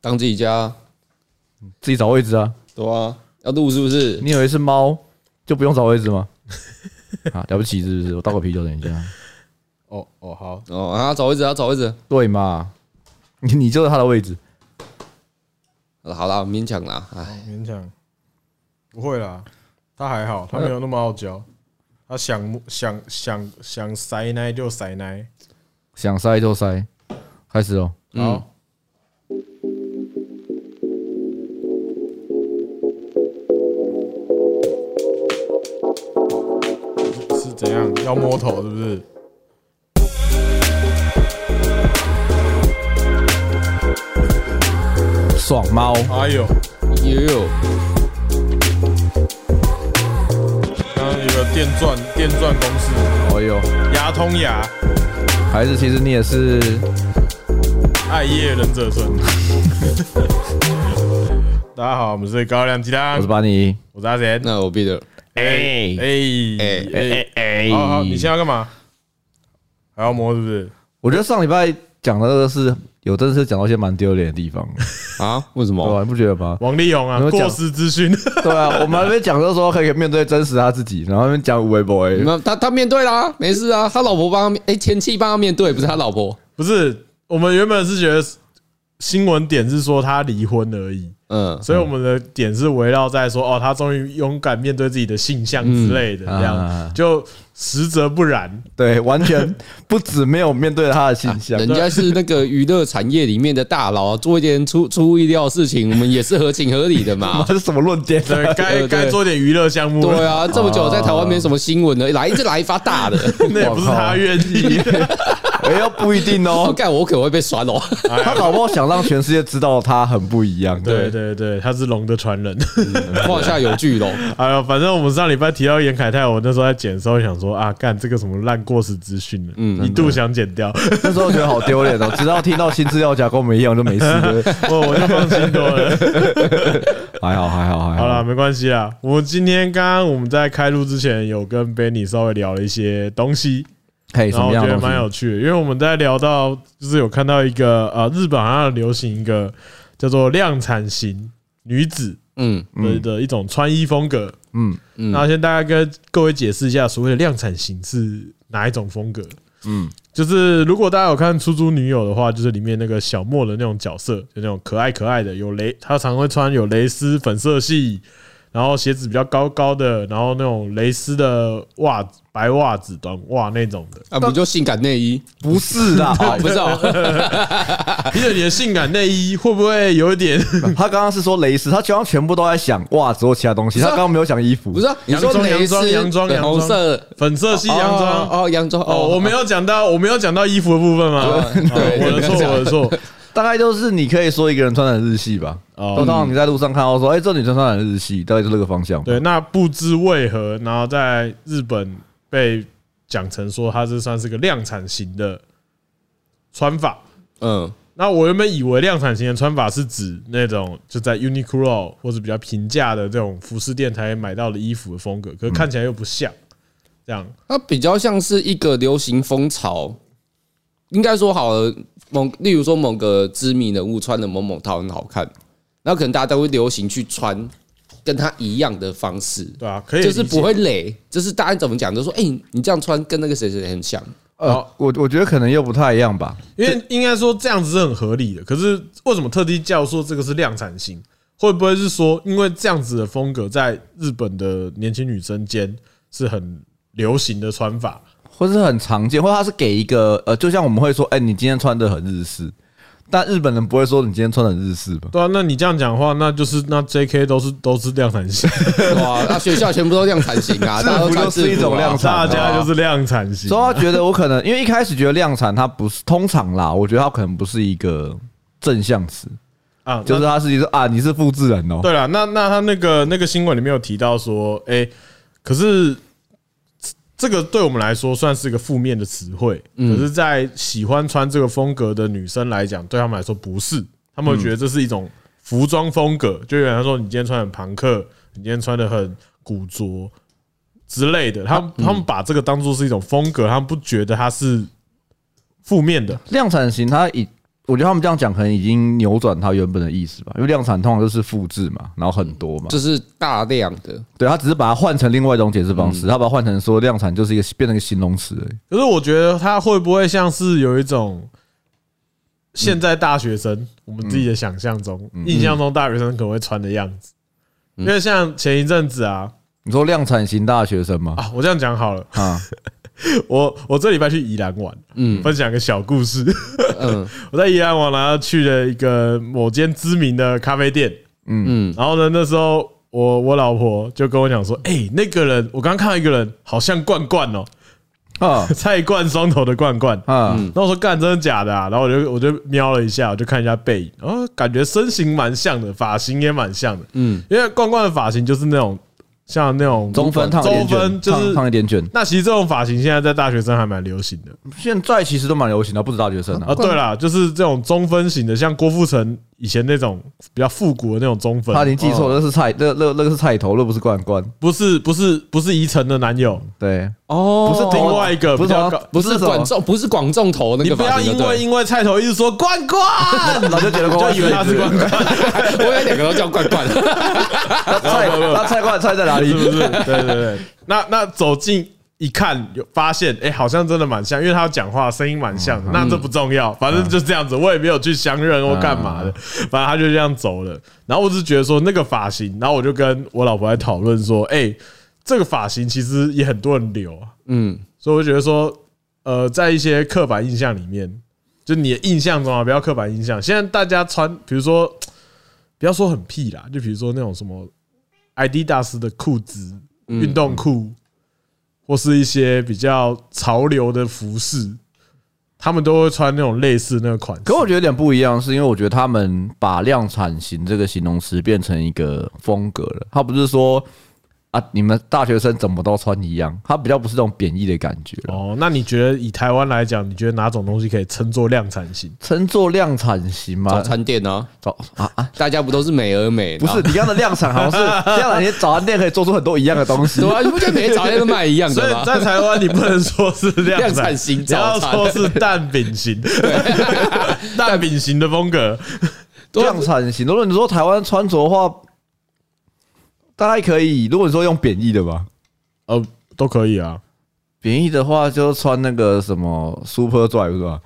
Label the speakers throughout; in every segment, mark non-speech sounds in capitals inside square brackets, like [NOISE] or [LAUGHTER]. Speaker 1: 当自己家啊，
Speaker 2: 自己找位置啊。
Speaker 1: 对啊，要录是不是？
Speaker 2: 你以为是猫就不用找位置吗？ [LAUGHS] 啊，了不起是不是？我倒个啤酒等一下。
Speaker 3: 哦哦好，
Speaker 1: 哦啊，找位置啊，找位置。
Speaker 2: 对嘛，你你就是他的位置。
Speaker 1: 好啦，勉强啦，哎，
Speaker 3: 勉强不会啦，他还好，他没有那么傲娇，他想想想想塞奶就塞奶。
Speaker 2: 想塞就塞，开始哦。
Speaker 1: 嗯
Speaker 3: 好，是怎样？要摸头是不是？
Speaker 2: 爽猫，
Speaker 3: 哎呦，
Speaker 1: 也有
Speaker 3: 刚刚有个电钻电钻公式，
Speaker 2: 哎呦，
Speaker 3: 牙通牙，
Speaker 2: 还是其实你也是
Speaker 3: 艾叶忍者村。 [LAUGHS] 大家好，我们是高粱鸡
Speaker 2: 我
Speaker 3: 汤
Speaker 2: 是，巴尼。
Speaker 3: 我是阿贤。
Speaker 1: 那我 B 的
Speaker 2: 哎
Speaker 3: 哎哎哎！好好，你现在要干嘛？还要摸是不是？
Speaker 2: 我觉得上礼拜讲的这个是有，真的是讲到一些蛮丢脸的
Speaker 1: [LAUGHS]
Speaker 2: 地方，
Speaker 1: 啊？为什
Speaker 2: 对吧？
Speaker 1: 么？
Speaker 2: 你不觉得吗？
Speaker 3: 王力宏啊
Speaker 2: 你，有讲
Speaker 3: 过时资讯。 [LAUGHS]
Speaker 2: 对啊，我们还没讲的时候可以面对真实他自己，然后那边讲微博，
Speaker 1: 没有他他面对啦，没事啊，他老婆帮他面，哎，前妻帮他面对，不是他老婆。
Speaker 3: 不是，我们原本是觉得新闻点是说他离婚而已，
Speaker 1: 嗯，
Speaker 3: 所以我们的点是围绕在说哦，他终于勇敢面对自己的性向之类的，
Speaker 2: 嗯
Speaker 3: 这样
Speaker 2: 啊
Speaker 3: 就实则不然。
Speaker 2: 对，完全不止没有面对他的形象，
Speaker 1: [LAUGHS] 人家是那个娱乐产业里面的大佬，做一点出出乎意料的事情，我们也是合情合理的嘛
Speaker 2: 妈。这是什么论点呢？
Speaker 3: 对，该
Speaker 1: [LAUGHS] 对对
Speaker 3: 该做点娱乐项目
Speaker 1: 对
Speaker 3: 了，
Speaker 1: 啊，这么久在台湾没什么新闻了，来一直来一发大的，
Speaker 3: [LAUGHS] 那也不是他愿意的。
Speaker 2: 哎呀，不一定
Speaker 1: 我
Speaker 2: 哦。
Speaker 1: [LAUGHS] 干我可会被酸哦。
Speaker 2: [LAUGHS] 他搞不好想让全世界知道他很不一样。
Speaker 3: [LAUGHS] 对对对，他是龙的传人。
Speaker 1: 胯下有巨龙，
Speaker 3: 哎呦，反正我们上礼拜提到严凯泰，我那时候在剪的时候想说啊，干这个什么烂过时资讯了，
Speaker 2: 嗯
Speaker 3: 一度想剪掉， [LAUGHS]
Speaker 2: 那时候觉得好丢脸哦， [LAUGHS] 直到听到新资料夹跟我们一样就没事了，
Speaker 3: 我我就放心多了。
Speaker 2: 还好还 [LAUGHS] 好还
Speaker 3: 好了，
Speaker 2: 好。
Speaker 3: 没关系啦。我今天刚刚我们在开录之前有跟 Benny 稍微聊了一些东西，
Speaker 2: 嘿，什
Speaker 3: 然
Speaker 2: 么
Speaker 3: 后我
Speaker 2: 样
Speaker 3: 觉
Speaker 2: 的
Speaker 3: 得
Speaker 2: 东
Speaker 3: 蛮有
Speaker 2: 西？
Speaker 3: 趣的，因为我们在聊到就是有看到一个呃日本好像流行一个叫做量产型女子
Speaker 1: 嗯，
Speaker 3: 的的一种穿衣风格，
Speaker 2: 嗯
Speaker 3: 嗯，然后先大概跟各位解释一下所谓的量产型是哪一种风格。
Speaker 2: 嗯，
Speaker 3: 就是如果大家有看《出租女友》的话，就是里面那个小莫的那种角色，就那种可爱可爱的，有蕾，她常会穿有蕾丝粉色系，然后鞋子比较高高的，然后那种蕾丝的袜子、白袜子、短袜那种的。
Speaker 1: 啊，不就性感内衣？
Speaker 2: 不是
Speaker 3: [LAUGHS]
Speaker 2: 啦，啊
Speaker 1: 哦， [LAUGHS] 不是哦，啊
Speaker 3: 你的你的性感内衣会不会有一点？ [LAUGHS]
Speaker 2: 他刚刚是说蕾丝，他刚刚全部都在想袜子或其他东西，
Speaker 1: 不是
Speaker 2: 他
Speaker 1: 啊
Speaker 2: 刚刚没有想衣服。
Speaker 1: 不是啊，你说蕾丝
Speaker 3: 洋装洋装
Speaker 1: 对
Speaker 3: 洋装
Speaker 1: 红色
Speaker 3: 粉色系洋装
Speaker 1: 哦，哦洋装
Speaker 3: 哦，我没有讲到，我没有讲到衣服的部分吗？
Speaker 1: 哦
Speaker 3: 哦
Speaker 1: 对
Speaker 3: 我的错，
Speaker 1: 没有讲
Speaker 3: 我的错。
Speaker 2: 大概就是你可以说一个人穿的很日系吧。
Speaker 3: 哦
Speaker 2: 通常你在路上看到说，哎，这女生穿的很日系，大概就这个方向吧。
Speaker 3: 对，那不知为何，然后在日本被讲成说它是算是个量产型的穿法。
Speaker 1: 嗯
Speaker 3: 那我原本以为量产型的穿法是指那种就在 Uniqlo 或者比较平价的这种服饰店才买到的衣服的风格，可是看起来又不像这样。
Speaker 1: 它比较像是一个流行风潮，应该说好了，某例如说某个知名人物穿的某某套很好看，然后可能大家都会流行去穿跟他一样的方式，
Speaker 3: 对啊，可以
Speaker 1: 就是
Speaker 3: 理解
Speaker 1: 不会累，就是大家怎么讲都说，哎、你这样穿跟那个谁谁谁很像，
Speaker 2: 呃，
Speaker 3: 哦
Speaker 2: 我我觉得可能又不太一样吧。
Speaker 3: 因为应该说这样子是很合理的，可是为什么特地叫说这个是量产型？会不会是说，因为这样子的风格在日本的年轻女生间是很流行的穿法？
Speaker 2: 或是很常见，或者他是给一个呃，就像我们会说，哎、你今天穿的很日式，但日本人不会说你今天穿的很日式吧？
Speaker 3: 对啊，那你这样讲的话，那就是那 J.K. 都是都是量产型，
Speaker 1: [LAUGHS] 哇，那学校全部都量产型 [LAUGHS] 啊，
Speaker 2: 制服
Speaker 1: 大家都穿
Speaker 2: 就是
Speaker 1: 制服、啊、
Speaker 2: 一种量产
Speaker 3: [LAUGHS] 大家就是量产型
Speaker 2: 所以。他觉得我可能，因为一开始觉得量产它不是通常啦，我觉得它可能不是一个正向词，
Speaker 3: 啊，
Speaker 2: 就是它是一个啊，你是复制人哦、
Speaker 3: 对了，那那他那个那个新闻里面有提到说，哎、可是这这个对我们来说算是一个负面的词汇，可是，在喜欢穿这个风格的女生来讲，对他们来说不是，他们会觉得这是一种服装风格，就有人说你今天穿得很朋克，你今天穿的很古着之类的，他们他们把这个当做是一种风格，他们不觉得它是负面的。
Speaker 2: 量产型它以我觉得他们这样讲可能已经扭转它原本的意思吧，因为量产通常就是复制嘛，然后很多嘛，
Speaker 1: 就是大量的，
Speaker 2: 对，他只是把它换成另外一种解释方
Speaker 3: 嗯
Speaker 2: 式，他把它换成说量产就是一个变成一个形容词而已。
Speaker 3: 可是我觉得他会不会像是有一种现在大学生，我们自己的想象中、
Speaker 1: 嗯
Speaker 3: 印象中大学生可能会穿的样子？因为像前一阵子啊
Speaker 2: 你说量产型大学生吗？
Speaker 3: 啊，我这样讲好
Speaker 1: [LAUGHS]
Speaker 3: 了，
Speaker 2: 啊，
Speaker 3: 我我这礼拜去宜兰玩，
Speaker 1: 嗯
Speaker 3: 分享个小故事。 [LAUGHS]
Speaker 1: 嗯
Speaker 3: 我在宜兰玩，然后去了一个某间知名的咖啡店，
Speaker 1: 嗯，
Speaker 3: 然后呢，那时候我我老婆就跟我讲说，哎，那个人，我刚看到一个人，好像罐罐哦，
Speaker 2: 啊
Speaker 3: 菜罐双头的罐罐。
Speaker 2: 啊，
Speaker 3: 然后我说干，真的假的啊？然后我就我就瞄了一下，我就看一下背影，然后感觉身形蛮像的，发型也蛮像的，
Speaker 1: 嗯，
Speaker 3: 因为罐罐的发型就是那种像那种
Speaker 2: 中分烫一
Speaker 3: 中
Speaker 2: 点
Speaker 3: 分
Speaker 2: 卷，
Speaker 3: 就是
Speaker 2: 烫烫一点卷。
Speaker 3: 那其实这种发型现在在大学生还蛮流行的
Speaker 1: 嗯
Speaker 2: 现在其实都蛮流行的，不止大学生啊
Speaker 3: 啊。，对啦，就是这种中分型的，像郭富城以前那种比较复古的那种中分，
Speaker 2: 他已经记
Speaker 3: 哦
Speaker 2: 错了，那是菜，那那那个是菜头，那不是罐罐。
Speaker 3: 不是不是不是宜城的男友，
Speaker 2: 对，
Speaker 1: 哦，
Speaker 2: 不是
Speaker 3: 另
Speaker 2: 同
Speaker 3: 外一个
Speaker 2: 不
Speaker 3: 比
Speaker 2: 是同
Speaker 3: 较高。
Speaker 1: 不是
Speaker 2: 什么
Speaker 1: 广众，不是广众头那
Speaker 3: 你
Speaker 1: 个
Speaker 3: 不
Speaker 1: 发
Speaker 3: 要
Speaker 1: 型
Speaker 3: 因
Speaker 1: 就对了，
Speaker 3: 为因为菜头一直说罐
Speaker 1: [LAUGHS]
Speaker 3: 罐，
Speaker 2: 老就觉得
Speaker 3: 就以为他是罐罐，
Speaker 1: 我有两个都叫罐罐，
Speaker 2: [LAUGHS]
Speaker 3: [LAUGHS]
Speaker 2: 他菜他菜罐菜在哪
Speaker 3: 是不
Speaker 2: 里？
Speaker 3: 是？对对对，那那走近一看，有发现，哎，好像真的蛮像，因为他讲话声音蛮像的。那这不重要，反正就这样子，我也没有去相认或干嘛的，反正他就这样走了。然后我只是觉得说那个发型，然后我就跟我老婆在讨论说，哎，这个发型其实也很多人留啊，
Speaker 1: 嗯，
Speaker 3: 所以我就觉得说，呃，在一些刻板印象里面，就你的印象中啊，不要刻板印象。现在大家穿，比如说，不要说很屁啦，就比如说那种什么 Adidas 的裤子、运动
Speaker 2: 嗯
Speaker 3: 裤，或是一些比较潮流的服饰，他们都会穿那种类似那个款式。
Speaker 2: 可我觉得有点不一样，是因为我觉得他们把量产型这个形容词变成一个风格了。他不是说啊，你们大学生怎么都穿一样，他比较不是这种贬义的感觉了。
Speaker 3: 哦，那你觉得以台湾来讲，你觉得哪种东西可以称作量产型？
Speaker 2: 称作量产型吗
Speaker 1: 早？餐店啊，
Speaker 2: 早啊啊，
Speaker 1: 大家不都是美而美？
Speaker 2: 不是，你刚刚的量产好像是量产型早餐店可以做出很多一样的
Speaker 1: [LAUGHS]
Speaker 2: 东西
Speaker 1: 对。啊，你不觉得每天早餐都卖一样
Speaker 3: 所
Speaker 1: 的
Speaker 3: 以
Speaker 1: 吗？
Speaker 3: 在台湾，你不能说是量
Speaker 1: 量产型
Speaker 3: 啊你要
Speaker 1: 早餐
Speaker 3: 说是蛋
Speaker 1: [LAUGHS]
Speaker 3: 饼型，蛋饼型的风格。
Speaker 2: 量产型，如果你说台湾穿着的话，大概可以。如果你说用贬义的吧，
Speaker 3: 呃，都可以啊。
Speaker 2: 贬义的话就穿那个什么 Super Drive 是吧？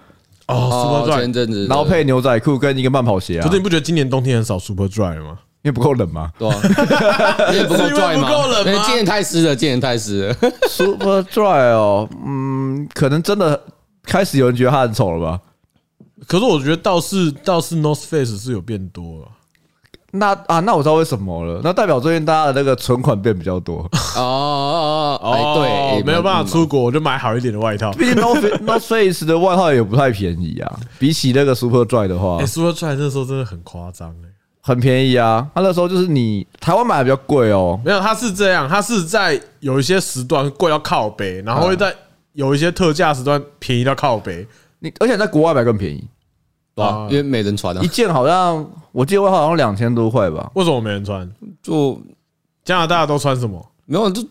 Speaker 3: 哦，Super
Speaker 1: 前
Speaker 3: Dry，
Speaker 1: 阵子，
Speaker 2: 然后配牛仔裤跟一个慢跑鞋啊，
Speaker 3: 可
Speaker 2: 因
Speaker 3: 是你不觉得今年冬天很少 Super Dry 了吗？
Speaker 2: 为不够冷吗
Speaker 1: 对啊，因为不够
Speaker 3: 是因为
Speaker 1: 拽
Speaker 3: 不
Speaker 1: 吗？
Speaker 3: 够冷
Speaker 1: 因
Speaker 3: 吗
Speaker 1: 为今年太湿了，今年太湿了。
Speaker 2: [LAUGHS]
Speaker 3: [LAUGHS]
Speaker 2: ？Super Drive 哦，嗯，可能真的开始有人觉得他很丑了吧？
Speaker 3: 可是我觉得倒是倒是 North Face 是有变多了。
Speaker 2: 那啊，那我知道为什么了，那代表最近大家的那个存款变比较多。 [LAUGHS]
Speaker 1: 哦哦哦，哎，对，
Speaker 3: 没有办法啊
Speaker 1: 法，
Speaker 3: 出国，我就买好一点的外套。
Speaker 1: 哦
Speaker 2: 毕竟 North Face- North Face 的外套也不太便宜啊，比起那个 Super Dry 的话
Speaker 3: 哎，，Super Dry 那时候真的很夸张哎。
Speaker 2: 很便宜啊。他那时候就是你台湾买的比较贵哦，
Speaker 3: 没有，它是这样，它是在有一些时段贵到靠北，然后
Speaker 1: 嗯
Speaker 3: 会在有一些特价时段便宜到靠北。
Speaker 2: 你而且在国外买更便宜，
Speaker 1: 对啊，因为没人穿啊
Speaker 2: 一，件好像我记得外套好像两千多块吧。
Speaker 3: 为什么没人穿？
Speaker 1: 就
Speaker 3: 加拿大都穿什么？
Speaker 1: 没有就。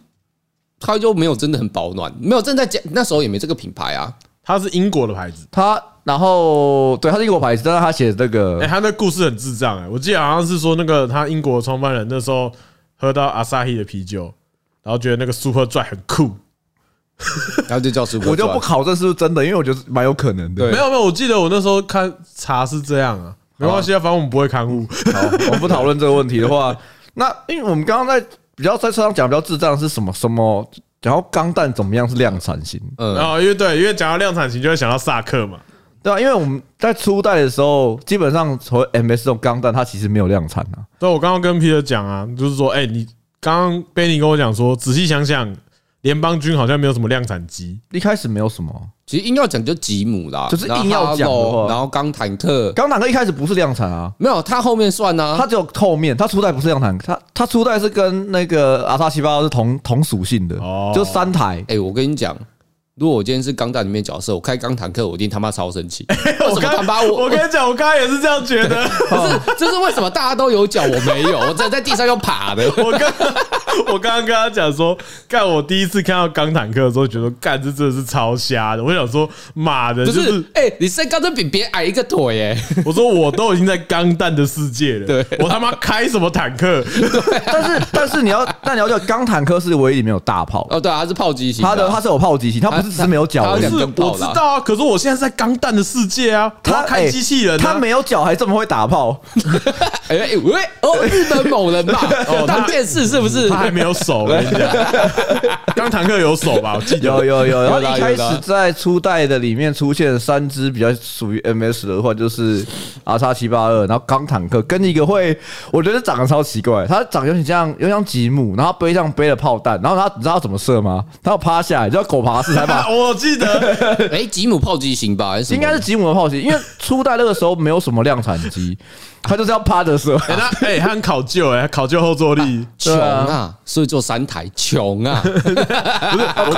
Speaker 1: 它就没有真的很保暖，没有正在讲那时候也没这个品牌
Speaker 3: [LAUGHS]
Speaker 1: 啊，
Speaker 3: 它是英国的牌子。
Speaker 2: 他然后对，他是英国牌子，但是他写那
Speaker 3: 哎、
Speaker 2: 个
Speaker 3: 他那故事很智障哎、我记得好像是说那个他英国创办人那时候喝到阿萨希的啤酒，然后觉得那个 Super Dry 很酷。
Speaker 1: 然后就叫 Super。
Speaker 2: 我就不考证是不是真的，因为我觉得蛮有可能的。
Speaker 1: 对
Speaker 3: 没有没有，我记得我那时候看查是这样啊，没关系啊，反正我们不会刊物。
Speaker 2: 好，我们不讨论这个问题的话，那因为我们刚刚在比较在车上讲比较智障是什么什么，然后钢弹怎么样是量产型，
Speaker 1: 嗯
Speaker 3: 然哦后因为对，因为讲到量产型就会想到萨克嘛，
Speaker 2: 对啊，因为我们在初代的时候，基本上从 MS 这种钢弹它其实没有量产啊，
Speaker 3: 对，我刚刚跟 Peter 讲啊，就是说，哎、你刚刚 Benny 跟我讲说，仔细想想，联邦军好像没有什么量产机，
Speaker 2: 一开始没有什么
Speaker 1: 其实硬要讲就吉姆啦，
Speaker 2: 就是
Speaker 1: 然后
Speaker 2: 硬要讲的
Speaker 1: Halo，
Speaker 2: 话
Speaker 1: 然后钢坦克
Speaker 2: 钢弹，哥一开始不是量产啊，
Speaker 1: 没有，它后面算啊呢、
Speaker 2: 它只有透面，它初代不是量产，它它初代是跟那个阿萨奇巴是同同属性的
Speaker 3: 哦，
Speaker 2: 就三台。
Speaker 1: 哎、我跟你讲，如果我今天是钢弹里面角色，我开钢坦克，我一定他妈超生气。为什么他妈
Speaker 3: 我
Speaker 1: 我？
Speaker 3: 跟你讲，我刚刚也是这样觉得。
Speaker 1: 不是，这是为什么大家都有脚，我没有，我只能在地上用爬的。
Speaker 3: 我跟 [LAUGHS] 我刚刚跟他讲说，干我第一次看到钢坦克的时候，觉得干这真的是超瞎的。我想说，妈的，
Speaker 1: 不
Speaker 3: 就是 [LAUGHS] 是，
Speaker 1: 哎、你身高真比别人矮一个腿哎、
Speaker 3: 我说我都已经在钢弹的世界了，
Speaker 1: 对
Speaker 3: 我他妈开什么坦克？
Speaker 2: 但是但是你要，但你要知道，钢坦克是唯一里面有大炮的，
Speaker 1: 哦，对啊，他是炮击型
Speaker 2: 它的它
Speaker 1: 啊
Speaker 2: 是有炮击型，它不是只是没有脚
Speaker 1: 它它
Speaker 2: 而
Speaker 1: 有
Speaker 2: 已
Speaker 3: 不。是，
Speaker 1: 两
Speaker 3: 我
Speaker 1: 根炮
Speaker 3: 知
Speaker 1: 啦
Speaker 3: 道啊，可是我现在是在钢弹的世界啊，我要开
Speaker 2: 哎
Speaker 3: 机器人、啊
Speaker 2: 它没有脚还这么会打炮，
Speaker 1: 哎、哎喂，哦，日本某人吧，
Speaker 3: 哦他
Speaker 1: 当电视是不是
Speaker 3: 他？还没有手，我跟你讲，钢坦克有手吧？我 [LAUGHS] 记
Speaker 2: [LAUGHS]
Speaker 3: 得
Speaker 2: 有有有。
Speaker 1: 有啦
Speaker 2: 然后一开
Speaker 1: 有啦
Speaker 2: 始在初代的里面出现三支比较属于 MS 的话，就是阿叉七八二，然后钢坦克跟一个会，我觉得长得超奇怪，它长得有点像有点像吉姆，然后背上背了炮弹，然后它你知道它怎么射吗？它要趴下来，你知道狗爬式才把
Speaker 1: [LAUGHS]
Speaker 3: 啊，我记 [LAUGHS] 得
Speaker 1: 哎、吉姆炮击型吧，还是什么
Speaker 2: 应该是吉姆的炮击，因为初代那个时候没有什么量产机，它就是要趴
Speaker 1: [LAUGHS]
Speaker 2: 着射。
Speaker 3: 哎，他哎，他很考究哎，他考究后坐力，
Speaker 1: 穷啊，所以做三台穷啊，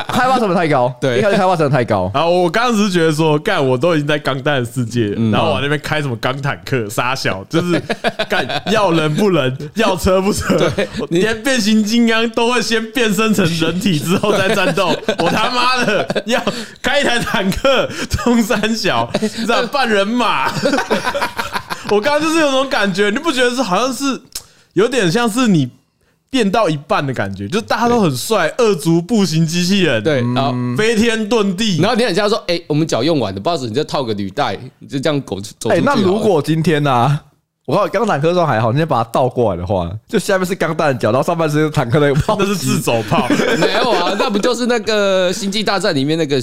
Speaker 2: 开发成本太高，
Speaker 1: 对
Speaker 2: 一开始开发成本太高。
Speaker 3: 啊，我刚刚只是觉得说，干，我都已经在钢弹的世界了，
Speaker 1: 嗯
Speaker 3: 然后我那边开什么钢坦克、杀小，就是 [LAUGHS] 干要人不人，要车不车，我
Speaker 1: 你
Speaker 3: 连变形金刚都会先变身成人体之后再战斗，我他妈的要开一台坦克冲三小，让半人
Speaker 1: [LAUGHS]
Speaker 3: 马。我刚刚就是有种感觉，你不觉得是好像是有点像是你变到一半的感觉，就是大家都很帅，二足步行机器人，
Speaker 1: 对，然后
Speaker 3: 飞天遁地，
Speaker 1: 然后你很像说，哎、我们脚用完了，不好意思，你再套个履带，你就这样走走出去
Speaker 2: 哎、
Speaker 1: 好了。
Speaker 2: 那如果今天呢、我告诉你，刚坦克上还好，你先把它倒过来的话，就下面是钢弹的脚，然后上半身是坦克的炮
Speaker 3: [LAUGHS] 那是自
Speaker 2: 击。
Speaker 3: 走炮。
Speaker 1: 没有啊，那不就是那个《星际大战》里面那个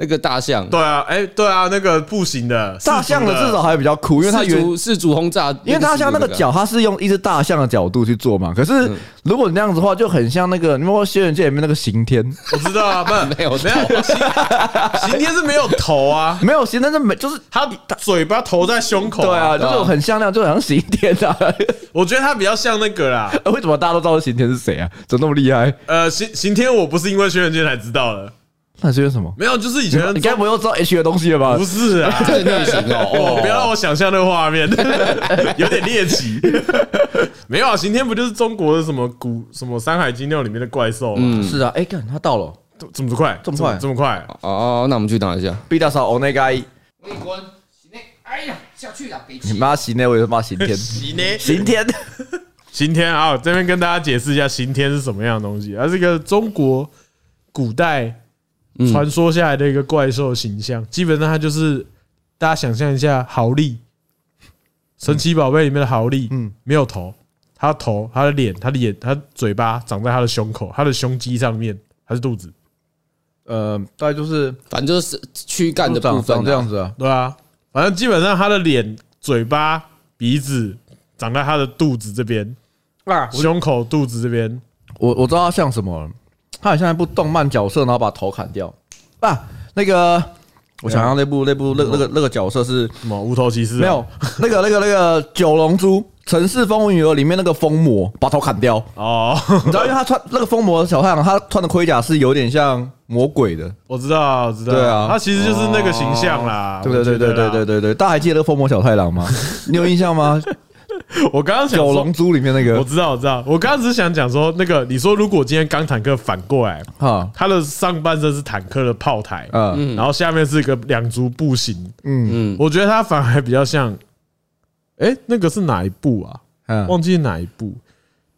Speaker 1: 那个大象？
Speaker 3: 对啊，哎，对啊，那个步行的
Speaker 2: [LAUGHS] 大象的至少还比较酷，因为它
Speaker 1: 四
Speaker 2: 原
Speaker 1: 足四足轰炸，
Speaker 2: 因为大象那个脚，它是用一只大象的角度去做嘛。可
Speaker 3: 嗯
Speaker 2: 是如果你那样子的话，就很像那个，你们《轩辕剑》里面那个刑天， [LAUGHS]
Speaker 3: 我知道啊，不是
Speaker 1: 没有
Speaker 3: 没有，刑刑天是没有头啊，
Speaker 2: 没有刑天，那没就是啊
Speaker 3: 他嘴巴头在胸口。
Speaker 2: 对啊，
Speaker 1: 对
Speaker 2: 就
Speaker 1: 啊
Speaker 2: 是很像那样，就好像刑天啊。 [LAUGHS]
Speaker 3: 我觉得他比较像那个啦。
Speaker 2: 为什么大家都知道刑天是谁啊？怎么那么厉害？
Speaker 3: 呃，刑刑天我不是因为轩辕剑才知道的，
Speaker 2: 那是因为什么？
Speaker 3: 没有，就是以前
Speaker 2: 你该不会又知道 H 的东西了吧
Speaker 3: 不？是啊。
Speaker 1: 这个类型哦，
Speaker 3: 哦，不要让我想象那个画面， [LAUGHS] 有点猎奇。 [LAUGHS] 没有啊，刑天不就是中国的什么古什么《山海经》那种里面的怪兽吗？
Speaker 2: 是啊，哎，看他到了
Speaker 3: 这么快，
Speaker 2: 这么快
Speaker 3: 这么快，啊
Speaker 1: 哦，那我们去打一下。
Speaker 2: ，B 大嫂 Onega，
Speaker 1: 魏国，哎呀，下去了，北
Speaker 2: 你
Speaker 1: 齐。
Speaker 2: 妈刑天，我也是骂刑天。
Speaker 3: 刑天
Speaker 2: 刑天，
Speaker 3: 刑天啊，这边跟大家解释一下刑天是什么样的东西。它是一个中国古代传说下来的一个怪兽形象，基本上它就是大家想象一下豪利，神奇宝贝里面的豪利，嗯，没有头，它的头、它的脸、它的眼、它的嘴巴长在它的胸口、它的胸肌上面，还是肚子，
Speaker 2: 呃，大概就是
Speaker 1: 反正就是躯干的部
Speaker 2: 长
Speaker 1: 分啊
Speaker 2: 长这样子啊。
Speaker 3: 对啊，反正基本上它的脸、嘴巴、鼻子长在它的肚子这边，
Speaker 2: 啊，
Speaker 3: 胸口、肚子这边，
Speaker 2: 我我知道他像什么了，他很像一部动漫角色，然后把头砍掉啊。那个，我想要那部那部那个那个那个角色是
Speaker 3: 什么无头骑士啊
Speaker 2: 没有那个那个那个九龙珠《城市风云儿》里面那个疯魔把头砍掉，
Speaker 3: 哦。
Speaker 2: 你知道，因为他穿那个疯魔小太阳，他穿的盔甲是有点像魔鬼的，
Speaker 3: 我知道，我知道，
Speaker 2: 对啊
Speaker 3: 他其实就是那个形象啦。
Speaker 2: 对对对对对对
Speaker 3: 对，
Speaker 2: 对对，大家还记得那个疯魔小太郎吗？你有印象吗？
Speaker 3: 我刚刚想
Speaker 2: 九
Speaker 3: 说
Speaker 2: 龙，珠里面那个
Speaker 3: 我知道，我知道，我刚刚只是想讲说，那个你说如果今天钢坦克反过来，
Speaker 2: 哈，
Speaker 3: 它的上半身是坦克的炮台，
Speaker 2: 嗯
Speaker 3: 然后下面是一个两足步行，
Speaker 2: 嗯
Speaker 1: 嗯，
Speaker 3: 我觉得它反而比较像，哎，那个是哪一部啊？
Speaker 2: 嗯，
Speaker 3: 忘记哪一部，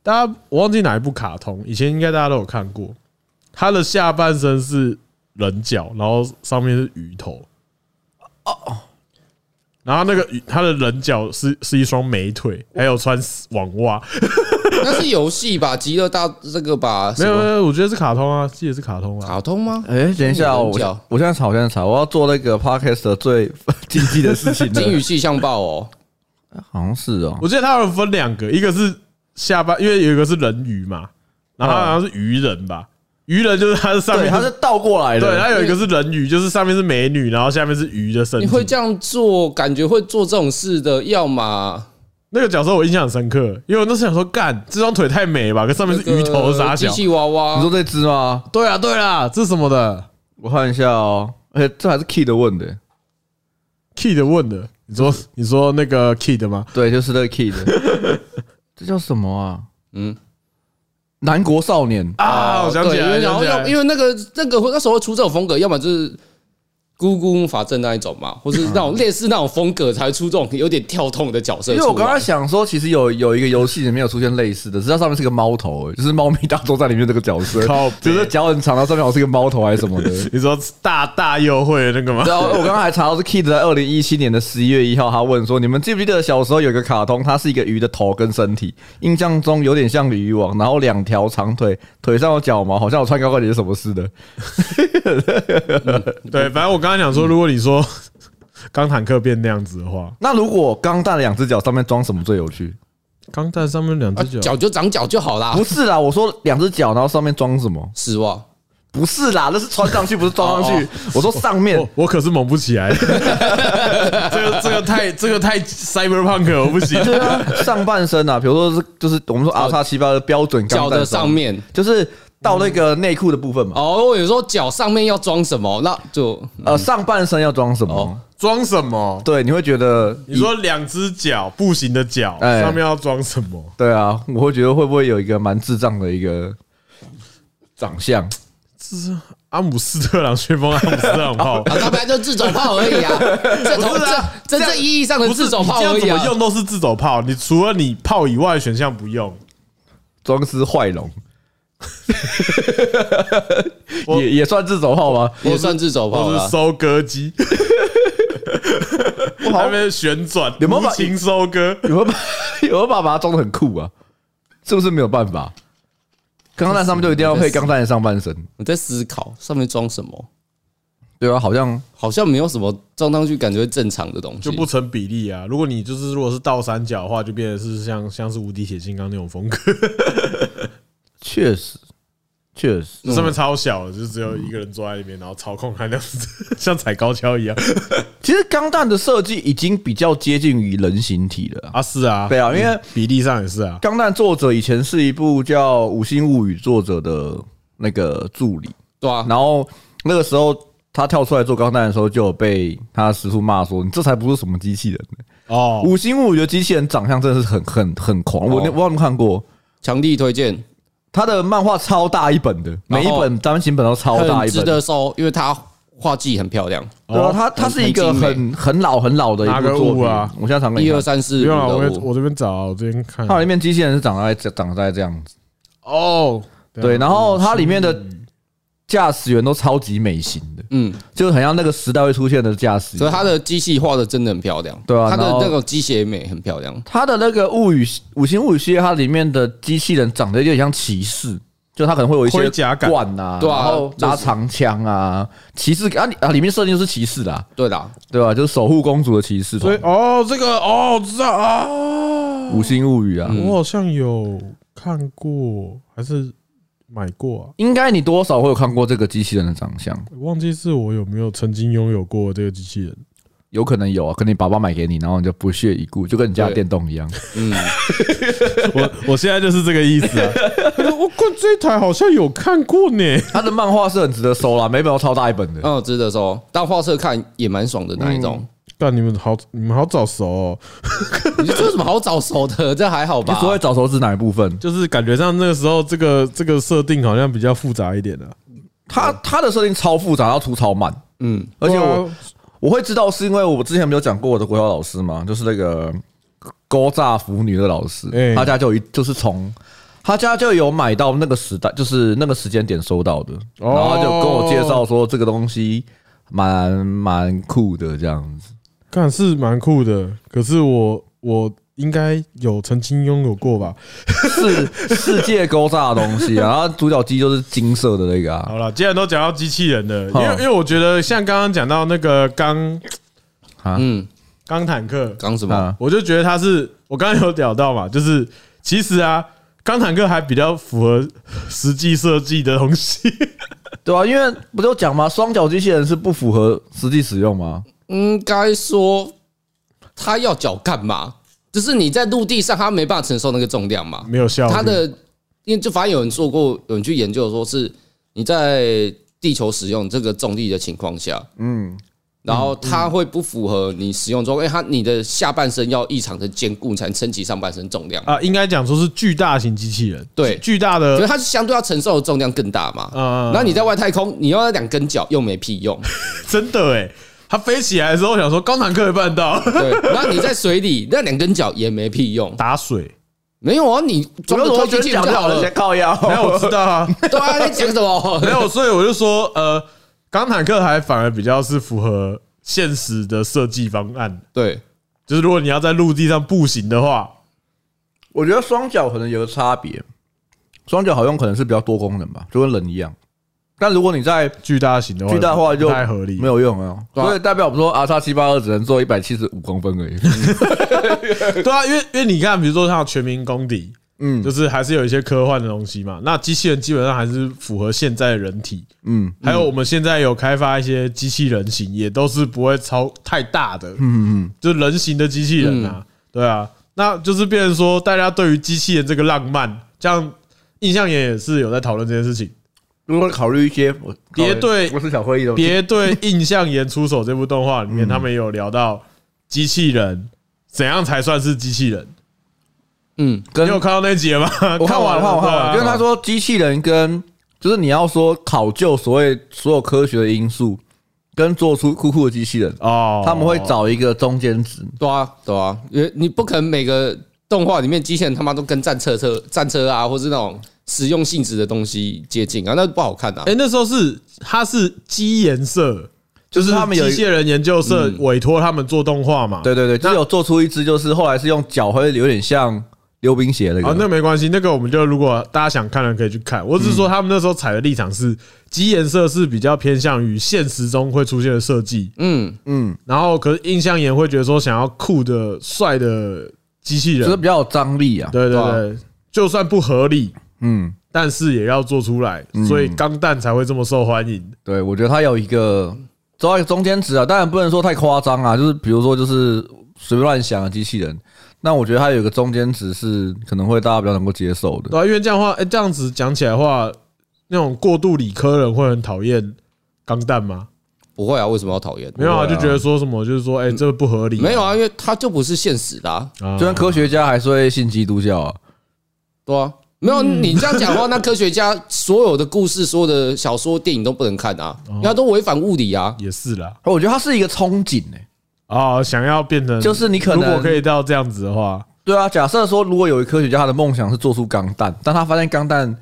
Speaker 3: 大家我忘记哪一部卡通，以前应该大家都有看过。它的下半身是人脚，然后上面是鱼头。哦，
Speaker 2: 哦
Speaker 3: 然后那个鱼，它的人脚是是一双美腿，还有穿网袜。
Speaker 1: 那是游戏吧？极乐大这个吧？
Speaker 3: 没有
Speaker 1: 什么
Speaker 3: 没有，我觉得是卡通啊，记得是卡通啊。
Speaker 1: 卡通吗？
Speaker 2: 哎，等一下哦，
Speaker 1: 你有人
Speaker 2: 我
Speaker 1: 叫
Speaker 2: 我现在吵，我现在吵，我要做那个 podcast 的最禁忌的事情了
Speaker 1: 金。鱼气象报哦，
Speaker 2: 好像是哦，
Speaker 3: 我记得它有分两个，一个是下半，因为有一个是人鱼嘛，然后它好像是鱼人吧。鱼人就是它是上
Speaker 2: 对，
Speaker 3: 面
Speaker 2: 它是倒过来
Speaker 3: 对，
Speaker 2: 的。
Speaker 3: 它有一个是人鱼，就是上面是美女，然后下面是鱼的身体。
Speaker 1: 你会这样做，感觉会做这种事的，要么
Speaker 3: 那个角色我印象很深刻，因为我那时想说，干这双腿太美吧，可上面是鱼头
Speaker 1: 那
Speaker 3: 傻
Speaker 1: 个呃机
Speaker 3: 小。
Speaker 1: 器娃
Speaker 2: 你
Speaker 1: 娃
Speaker 2: 说，这只吗？
Speaker 3: 对啊，对啊，这是什么的
Speaker 2: 我看一下哦，而且这还是 Key 的问的，
Speaker 3: ？Kid 问的，你说你说那个 Kid 吗？
Speaker 2: 对，就是那个 Key 的。这叫什么啊？
Speaker 1: 嗯，
Speaker 2: 南国少年，
Speaker 3: 啊，我想
Speaker 1: 哦
Speaker 3: 起来
Speaker 1: 对
Speaker 3: 了，
Speaker 1: 然
Speaker 3: 想
Speaker 1: 后
Speaker 3: 起来
Speaker 1: 要
Speaker 3: 了
Speaker 1: 因为那个那个那时候会出这种风格，要么就是咕咕法阵那一种嘛，或是那种类似那种风格才会出这种有点跳痛的角色
Speaker 2: 因
Speaker 1: 出来。
Speaker 2: 为我刚刚想说，其实有有一个游戏里面有出现类似的，只是它上面是个猫头、欸就是《猫咪大作战》里面这个角色
Speaker 3: 靠北，
Speaker 2: 就是脚很长，然后上面好像是个猫头还是什么的。
Speaker 3: 你说大大优惠的那个
Speaker 2: [LAUGHS]
Speaker 3: 吗？
Speaker 2: 对啊，我刚刚还查到是 Kid 在二零一七年的十一月一号，他问说：“你们记不记得小时候有一个卡通，它是一个鱼的头跟身体，印象中有点像鲤鱼王，然后两条长腿，腿上有脚毛，好像我穿高跟鞋什么似的。
Speaker 3: 对，反正我刚刚想说，如果你说 [LAUGHS] 钢坦克变那样子的话，
Speaker 2: [LAUGHS] 那如果钢蛋两只脚上面装什么最有趣？
Speaker 3: 钢弹上面两
Speaker 1: 啊
Speaker 3: 只脚，
Speaker 1: 脚就长脚就好啦
Speaker 2: 不，是啦，我说两只脚，然后上面装什么？
Speaker 1: 失望。
Speaker 2: 不是啦，那是穿上去，不是装 [LAUGHS] 上去。我说上面
Speaker 3: 我哦我可是猛不
Speaker 1: [LAUGHS]
Speaker 3: 起来，这个这个太这个太 cyberpunk 了，我不行。
Speaker 2: 对啊，上半身啊，比如说是就是我们说 R 叉七八的标准钢
Speaker 1: 脚
Speaker 2: 弹
Speaker 1: 的上，面
Speaker 2: 就是到那个内裤的部分嘛。
Speaker 1: 哦，我有时候脚上面要装什么，那就
Speaker 2: 呃，上半身要装什
Speaker 1: 哦
Speaker 2: 么？
Speaker 3: 装什么？
Speaker 2: 对，你会觉得
Speaker 3: 你说两只脚，步行的脚
Speaker 2: 哎
Speaker 3: 上面要装什么？
Speaker 2: 对啊，我会觉得会不会有一个蛮智障的一个长相？
Speaker 3: 阿姆斯特朗旋风，阿姆斯特朗
Speaker 1: [LAUGHS]
Speaker 3: 炮，
Speaker 1: 啊，他本来就自走炮而
Speaker 3: [LAUGHS]
Speaker 1: 已啊，这种
Speaker 3: 不是啊
Speaker 1: 这真
Speaker 3: 这样
Speaker 1: 正意义上的
Speaker 3: 不是
Speaker 1: 呃自走
Speaker 3: 你
Speaker 1: 炮
Speaker 3: 这样
Speaker 1: 而
Speaker 3: 怎
Speaker 1: 已
Speaker 3: 么
Speaker 1: 啊。
Speaker 3: 用都是自走炮，你除了你炮以外选项不用。
Speaker 2: 装尸坏龙， [LAUGHS]
Speaker 3: 我
Speaker 2: 也也算自走炮吗？
Speaker 1: 也算自走炮啊
Speaker 3: 或
Speaker 1: 了
Speaker 3: 是，收割机，
Speaker 2: 好
Speaker 3: 那边旋转，
Speaker 2: 有没有
Speaker 3: 无
Speaker 2: 把
Speaker 3: 情收割？
Speaker 2: 有没有把有没有把把它装的很酷啊？是不是没有办法？钢弹上面就一定要配钢弹的上半身，
Speaker 1: 我在思考上面装什么，
Speaker 2: 对啊，好像
Speaker 1: 好像没有什么装上去感觉正常的东西，
Speaker 3: 就不成比例啊！如果你就是如果是倒三角的话，就变成是像像是无敌铁金刚那种风格，
Speaker 2: 确实确实
Speaker 1: 嗯
Speaker 3: 上面超小的，就只有一个人坐在里面，然后操控它那样子， [LAUGHS] 像踩高跷一样
Speaker 2: 其实钢弹的设计已经比较接近于人形体了啊、
Speaker 3: 啊！是啊，
Speaker 2: 对
Speaker 1: 嗯
Speaker 2: 啊，因为
Speaker 3: 比例上也是啊，
Speaker 2: 钢弹作者以前是一部叫《五星物语》作者的那个助理，
Speaker 1: 对啊，
Speaker 2: 然后那个时候他跳出来做钢弹的时候，就有被他师傅骂说：“你这才不是什么机器人、
Speaker 3: 哦，
Speaker 2: 五星物语》的机器人长相真的是很很很狂，
Speaker 1: 哦
Speaker 2: 我我有没有看过？
Speaker 1: 强力推荐，
Speaker 2: 他的漫画超大一本的，每一本单行本都超大
Speaker 1: 哦很
Speaker 2: 一
Speaker 1: 值
Speaker 2: 本。
Speaker 1: 得收，因为它画技很漂亮。
Speaker 2: 对啊，
Speaker 3: 哦
Speaker 2: 他他是一个
Speaker 1: 很很欸
Speaker 2: 很很老很老的一
Speaker 3: 哪
Speaker 2: 部
Speaker 3: 个
Speaker 2: 作
Speaker 3: 物
Speaker 2: 品
Speaker 3: 啊
Speaker 2: 我现在常跟
Speaker 1: 一
Speaker 2: 你
Speaker 1: 二
Speaker 2: 看，
Speaker 1: 三四
Speaker 3: 不
Speaker 1: 五
Speaker 3: 用了，我
Speaker 1: 的五，
Speaker 3: 我这边找，我这边
Speaker 1: 嗯
Speaker 3: 看
Speaker 2: 它里面机器人是长在长在这样子。
Speaker 3: 哦，
Speaker 1: 嗯
Speaker 2: 对，然后它里面的驾驶员都超级美型的，
Speaker 1: 嗯，
Speaker 2: 就是很像那个时代会出现的驾驶
Speaker 1: 所以
Speaker 2: 员。
Speaker 1: 它的机器画的真的很漂亮，
Speaker 2: 对啊
Speaker 1: 它的
Speaker 2: 然后
Speaker 1: 那种机械美很漂亮，
Speaker 2: 它的那个物语五星物语系列，它里面的机器人长得有点像骑士，就它可能会有一些
Speaker 3: 盔甲感
Speaker 2: 冠啊，
Speaker 1: 对啊
Speaker 2: 然后
Speaker 1: 就是
Speaker 2: 拉长枪啊，骑士啊里啊，里面设定就是骑士啦，
Speaker 1: 对啦，
Speaker 2: 对吧？就是守护公主的骑士团，
Speaker 3: 所以哦，这个哦，我知道啊，哦
Speaker 2: 五星物语啊，
Speaker 1: 嗯
Speaker 3: 我好像有看过，还是买过啊？
Speaker 2: 应该你多少会有看过这个机器人的长相，
Speaker 3: 我忘记是我有没有曾经拥有过这个机器人。
Speaker 2: 有可能有啊，可能你爸爸买给你，然后你就不屑一顾，就跟你家的
Speaker 1: 对
Speaker 2: 电动一样。
Speaker 1: 嗯，
Speaker 3: 我我现在就是这个意思啊！ [LAUGHS] 我看这一台好像有看过呢。
Speaker 2: 他的漫画是很值得收啦，每本都超大一本的。
Speaker 1: 嗯，值得收，当画册看也蛮爽的那一种。
Speaker 2: 嗯
Speaker 3: 但你们好，你们好早熟哦，
Speaker 1: 你这有什么好早熟的？这还好
Speaker 2: 你
Speaker 1: 吧？
Speaker 2: 所谓早熟是哪一部分？
Speaker 3: 就是感觉上那个时候这个这个设定好像比较复杂一点的、啊
Speaker 2: 它它的设定超复杂，然后出超慢，
Speaker 1: 嗯，
Speaker 2: 而且
Speaker 3: 对
Speaker 2: 我
Speaker 3: 啊
Speaker 2: 我会知道是因为我之前没有讲过我的国小老师嘛，就是那个勾诈腐女的老
Speaker 3: 哎
Speaker 2: 师，他家就有一就是从他家就有买到那个时代，就是那个时间点收到的，然后他就跟我介绍说这个东西蛮蛮酷的这样子。
Speaker 3: 看是蛮酷的，可是我我应该有曾经拥有过吧？
Speaker 2: 世世界勾炸的东西啊，然后主角机就是金色的那个啊， [LAUGHS]
Speaker 3: 好了，既然都讲到机器人了，因为
Speaker 2: 好
Speaker 3: 因为我觉得像刚刚讲到那个钢啊
Speaker 1: 嗯，
Speaker 3: 钢坦克，
Speaker 1: 刚什么？
Speaker 2: 啊，
Speaker 3: 我就觉得他是我刚刚有聊到嘛，就是其实啊，钢坦克还比较符合实际设计的东西。 [LAUGHS]
Speaker 2: 对啊，因为不就讲吗？双脚机器人是不符合实际使用吗？
Speaker 1: 应该说他要脚干嘛？就是你在陆地上，他没办法承受那个重量嘛。
Speaker 3: 没有效率。
Speaker 1: 它的，因为就反正有人做过，有人去研究说是你在地球使用这个重力的情况下，
Speaker 2: 嗯，
Speaker 1: 然后它会不符合你使用中，因为它你的下半身要异常的坚固，你才能撑起上半身重量。
Speaker 3: 啊，应该讲说是巨大型机器人，
Speaker 1: 对
Speaker 3: 巨巨大
Speaker 1: 所以
Speaker 2: 呃
Speaker 3: 的，
Speaker 1: 它相对要承受的重量更大
Speaker 2: 啊
Speaker 1: 嘛。
Speaker 3: 嗯嗯嗯
Speaker 1: 那你在外太空，你要那两根脚又没屁
Speaker 2: [LAUGHS]
Speaker 1: 用。
Speaker 3: [LAUGHS] 真的哎，它飞起来的时候想说高坦克也办得到，
Speaker 1: 对，那你在水里那两根脚也没屁用。
Speaker 3: 打水，
Speaker 1: 没有啊，你
Speaker 2: 我
Speaker 1: 装个推进器
Speaker 2: 讲
Speaker 1: 就好
Speaker 2: 了，
Speaker 1: 了
Speaker 2: 先。靠腰。
Speaker 3: [LAUGHS] 没有我知道啊，
Speaker 1: 对啊，在讲什么？
Speaker 2: [LAUGHS]
Speaker 3: 没有，所以我就说，呃，钢坦克还反而比较是符合现实的设计方案，
Speaker 1: 对，
Speaker 3: 就是如果你要在陆地上步行的话，
Speaker 2: 我觉得双脚可能有个差别，双脚好用可能是比较多功能吧，就跟人一样。但如果你在
Speaker 3: 巨大型的话，
Speaker 2: 巨大化就
Speaker 3: 哦不太合理，
Speaker 2: 没有用啊。
Speaker 1: 对啊
Speaker 2: 所以代表我们说 R 叉七八二只能做一百七十五公分而已。
Speaker 3: 对啊，因为因为你看，比如说像全民公敌，
Speaker 2: 嗯
Speaker 3: 就是还是有一些科幻的东西嘛。那机器人基本上还是符合现在的人体，
Speaker 2: 嗯，
Speaker 3: 还有我们现在有开发一些机器人型，也都是不会超太大的，嗯嗯，就人形的机器人
Speaker 2: 嗯
Speaker 3: 啊，对啊，那就是变成说大家对于机器人这个浪漫，像印象也也是有在讨论这件事情。
Speaker 2: 如果考虑一些我
Speaker 3: 别对
Speaker 2: 我是小会议的，
Speaker 3: [LAUGHS] 别对《印象岩出手》这部动画里面，他们也有聊到机器人怎样才算是机器人。
Speaker 1: 嗯，
Speaker 2: 跟
Speaker 3: 你有看到那集了吗？
Speaker 2: 我看完
Speaker 3: 完
Speaker 2: 了，看完
Speaker 3: 了，对
Speaker 2: 了，
Speaker 3: 啊
Speaker 2: 因为他说机器人跟就是你要说考究所谓所有科学的因素，跟做出酷酷的机器人，
Speaker 3: 哦，
Speaker 2: 他们会找一个中间值。
Speaker 1: 对啊，对啊，因为你不可能每个动画里面机器人他妈都跟战车车战车啊，或是那种实用性质的东西接近啊，那不好看啊
Speaker 3: 哎、。那时候是他是机研社，
Speaker 2: 就是他们有一嗯
Speaker 3: 机械人研究社委托他们做动画嘛。
Speaker 2: 对对对，就是有做出一只，就是后来是用脚会有点像溜冰鞋那
Speaker 3: 啊，
Speaker 2: 个。
Speaker 3: 那没关系，那个我们就如果大家想看的可以去看。我只是说
Speaker 2: 嗯
Speaker 3: 他们那时候采的立场是，机研社是比较偏向于现实中会出现的设计，
Speaker 1: 嗯，
Speaker 2: 嗯，
Speaker 3: 然后可是印象研会觉得说想要酷的、帅的机器
Speaker 2: 就是
Speaker 3: 人，
Speaker 2: 比较有张力啊。
Speaker 3: 对对
Speaker 1: 对啊
Speaker 3: 对，就算不合理，
Speaker 2: 嗯，
Speaker 3: 但是也要做出来，所以钢弹才会这么受欢迎。
Speaker 2: 对，我觉得它有一个抓一个中间值啊，当然不能说太夸张啊，就是比如说就是随便乱想的啊机器人，那我觉得它有一个中间值是可能会大家比较能够接受的。
Speaker 3: 对啊，因为这样的话，哎、这样子讲起来的话，那种过度理科人会很讨厌钢弹吗？
Speaker 1: 不会啊，为什么要讨厌？
Speaker 3: 没有啊，
Speaker 2: 对
Speaker 3: 就
Speaker 2: 啊嗯
Speaker 3: 觉得说什么，就是说，哎、这个不合理。
Speaker 1: 没有啊，因为它就不是现实的、啊，
Speaker 3: 啊，
Speaker 2: 就算科学家还是会信基督教啊，
Speaker 1: 对啊。没有，你这样讲的话，那科学家所有的故事、所有的小说、电影都不能看啊，
Speaker 2: 哦
Speaker 1: 因为它都违反物理啊。
Speaker 3: 也是啦。
Speaker 2: 我觉得它是一个憧憬欸诶、
Speaker 3: 啊，想要变成
Speaker 2: 就是你可能
Speaker 3: 如果可以到这样子的话，
Speaker 2: 对啊，假设说如果有一个科学家他的梦想是做出钢弹，但他发现钢弹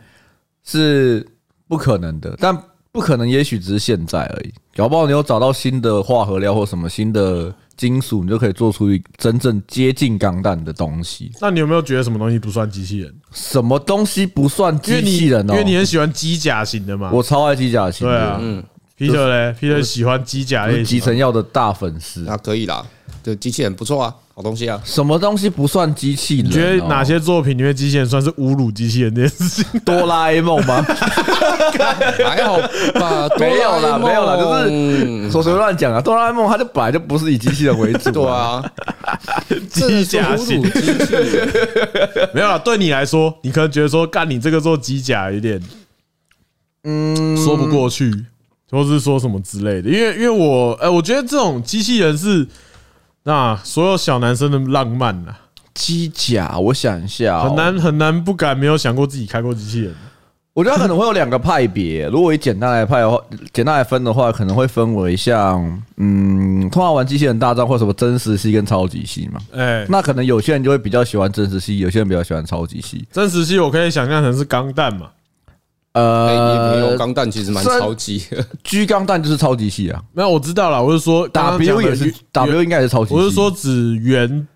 Speaker 2: 是不可能的，但不可能也许只是现在而已，搞不好你有找到新的化合料或什么新的金属，你就可以做出一真正接近钢弹的东西。
Speaker 3: 那你有没有觉得什么东西不算机器人？
Speaker 2: 什么东西不算
Speaker 3: 因为
Speaker 2: 机
Speaker 3: 你
Speaker 2: 器人哦？
Speaker 3: 因为你很喜欢机甲型的嘛。
Speaker 2: 我超爱机甲型
Speaker 3: 对啊
Speaker 2: 的，，
Speaker 1: 嗯，
Speaker 3: ，Peter 嘞，Peter 喜欢机甲
Speaker 2: 我
Speaker 3: 类
Speaker 2: 是集
Speaker 3: 型嘛。
Speaker 2: 成药的大粉丝。
Speaker 1: 那可以啦，对，机器人不错啊，好东西啊。
Speaker 2: 什么东西不算机器人哦？
Speaker 3: 你觉得哪些作品里面机器人算是侮辱机器人这件
Speaker 1: [LAUGHS]
Speaker 3: 事情？
Speaker 2: 哆啦 A 梦吗？
Speaker 1: 还好吧，
Speaker 2: 没有啦没有啦就是
Speaker 3: 嗯
Speaker 1: 是
Speaker 2: 说随便乱讲啊，哆啦 A 梦它就本来就不是以机器人为主、
Speaker 1: 嗯对，啊，
Speaker 3: 机甲
Speaker 1: 这是侮
Speaker 3: 型
Speaker 1: 辱机器人
Speaker 3: [LAUGHS] 没有啦，对你来说，你可能觉得说，干你这个做机甲有点，嗯，说不过去，或是说什么之类的。因为因为我，哎、我觉得这种机器人是那所有小男生的浪漫呐、
Speaker 2: 机甲，我想一下、哦
Speaker 3: 很。难很难不敢没有想过自己开过机器人。
Speaker 2: 我觉得它可能会有两个派别。如果以简单来派的话，简单来分的话，可能会分为像，嗯，通常玩机器人大战或什么真实系跟超级系嘛。
Speaker 3: 哎、
Speaker 2: 那可能有些人就会比较喜欢真实系，有些人比较喜欢超级系。
Speaker 3: 真实系我可以想象成是钢弹嘛，
Speaker 1: 哎，你没有
Speaker 2: 呃，
Speaker 1: 钢弹其实蛮
Speaker 2: 三
Speaker 1: 超级的，
Speaker 2: 狙钢弹就是超级系啊
Speaker 3: 没有我知道了，我是说刚刚讲
Speaker 2: ，W
Speaker 3: 的
Speaker 2: 也是
Speaker 3: 原
Speaker 2: ，W 应该也是超级系。
Speaker 3: 我是说指原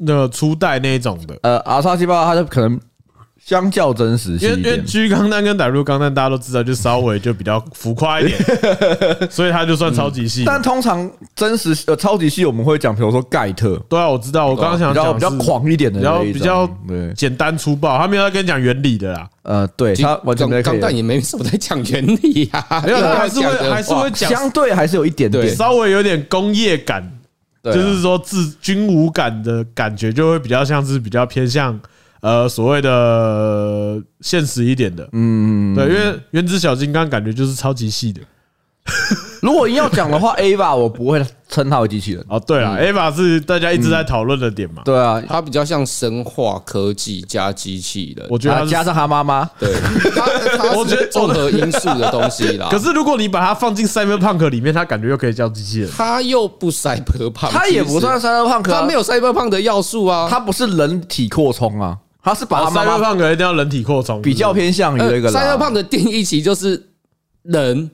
Speaker 3: 那个初代那一种的。
Speaker 2: 呃，R 叉七八它就可能相较真实系
Speaker 3: 因为
Speaker 2: 一
Speaker 3: 因为
Speaker 2: 点。
Speaker 3: G 钢弹跟 W 钢弹大家都知道，就稍微就比较浮
Speaker 2: [LAUGHS]
Speaker 3: 夸一点，所以它就算超级系。
Speaker 2: 但通常真实呃超级系我们会讲，比如说盖特，
Speaker 3: 对啊，我知道，我刚
Speaker 2: 比
Speaker 3: 刚想
Speaker 2: 较
Speaker 3: 讲
Speaker 2: 比较
Speaker 3: 是
Speaker 2: 狂一点的
Speaker 3: 比较
Speaker 2: 那一种，
Speaker 3: 比较
Speaker 2: 对，
Speaker 3: 简单粗暴，他没有在跟你讲原理的啦，
Speaker 2: 呃，对，它完全没
Speaker 1: 钢弹也没什么在讲原理啊，
Speaker 3: [LAUGHS] 没有，
Speaker 1: 因为
Speaker 3: 他
Speaker 1: 它
Speaker 3: 还是
Speaker 1: 讲
Speaker 3: 会
Speaker 1: 的
Speaker 3: 还是
Speaker 1: 话
Speaker 3: 会讲，
Speaker 2: 相对还是有一点点
Speaker 1: 对，
Speaker 3: 稍微有点工业感，
Speaker 2: 对啊
Speaker 3: 就是说自军武感的感觉，就会比较像是比较偏向呃所谓的
Speaker 2: 嗯
Speaker 3: 呃现实一点的，嗯，对，因为原子小金刚感觉就是超级细的，
Speaker 2: 如果硬要讲的
Speaker 3: [LAUGHS]
Speaker 2: 话，Ava 我不会称他为机器人。
Speaker 3: 哦，对了，Ava 是大家一直在讨论的点嘛，
Speaker 2: 嗯对啊，
Speaker 1: 它比较像生化科技加机器人，
Speaker 3: 我觉得
Speaker 2: 啊
Speaker 3: 它是
Speaker 2: 加上他妈妈，
Speaker 3: [LAUGHS]
Speaker 1: 对，它它
Speaker 3: 我觉
Speaker 1: 是
Speaker 3: 得
Speaker 1: 综合因素的东西啦。
Speaker 3: 可是如果你把它放进 Cyberpunk 里面，它感觉又可以叫机器人。
Speaker 1: 它又不 cyberpunk，
Speaker 2: 他也不算
Speaker 1: 其实，
Speaker 2: Cyberpunk，啊
Speaker 1: 它没有 cyberpunk 的要素啊。
Speaker 2: 他不是人体扩充啊，他是把他
Speaker 3: 哦
Speaker 2: 妈妈
Speaker 3: Cyberpunk 一定要人体扩充，
Speaker 2: 比较
Speaker 3: 是不是
Speaker 2: 偏向于
Speaker 1: 呃
Speaker 2: 那个啦
Speaker 1: cyberpunk 的定义其实就是人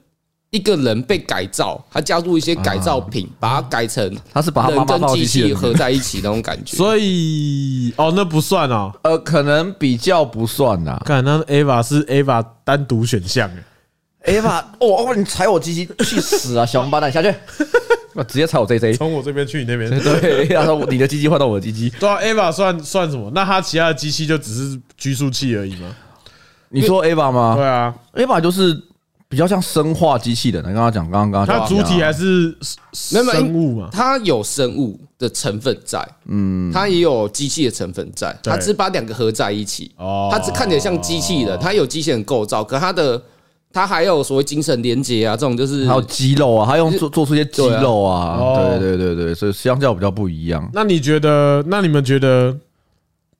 Speaker 1: 一个人被改造，他加入一些改
Speaker 3: 啊
Speaker 1: 造品，把它改成
Speaker 2: 他是把他妈
Speaker 1: 人
Speaker 2: 妈
Speaker 1: 跟
Speaker 2: 放
Speaker 1: 机
Speaker 2: 机器
Speaker 1: 器
Speaker 2: 人里面
Speaker 1: 合，在一起那种感觉。
Speaker 3: [LAUGHS] 所以哦，那不算哦。
Speaker 2: 呃，可能比较不算啊啦。
Speaker 3: 看那 Ava 是 Ava 单独选项欸，
Speaker 2: Ava，哦哦，你踩我鸡鸡，去死
Speaker 3: [LAUGHS]
Speaker 2: 啊，小王八蛋，下去！ [LAUGHS] 我直接踩我 JJ。
Speaker 3: 从我这边去你那边。
Speaker 2: [LAUGHS] 对，他说你的鸡鸡换到我的鸡鸡。
Speaker 3: 对啊，Ava 算算什么？那它其他的机器就只是拘束器而已吗？
Speaker 2: 你说 Ava 吗
Speaker 3: 对啊，
Speaker 2: ？Ava 就是比较像生化机器人，刚刚讲，刚刚刚
Speaker 3: 它
Speaker 2: 刚
Speaker 3: 主
Speaker 2: 讲啊
Speaker 3: 体还是
Speaker 1: 没有没有
Speaker 3: 生物嘛？
Speaker 1: 它有生物的成分在，嗯，它也有机器的成分在，
Speaker 3: 对
Speaker 1: 它只把两个合在一起，
Speaker 3: 哦
Speaker 1: 它只看起来像机器人，它有机器人构造，可它的它还有所谓精神连接啊，这种就是
Speaker 2: 还有肌肉啊，他用做做出一些肌肉啊，
Speaker 3: 对啊
Speaker 2: 对对对对，所以相较比较不一样
Speaker 3: 那你觉得？那你们觉得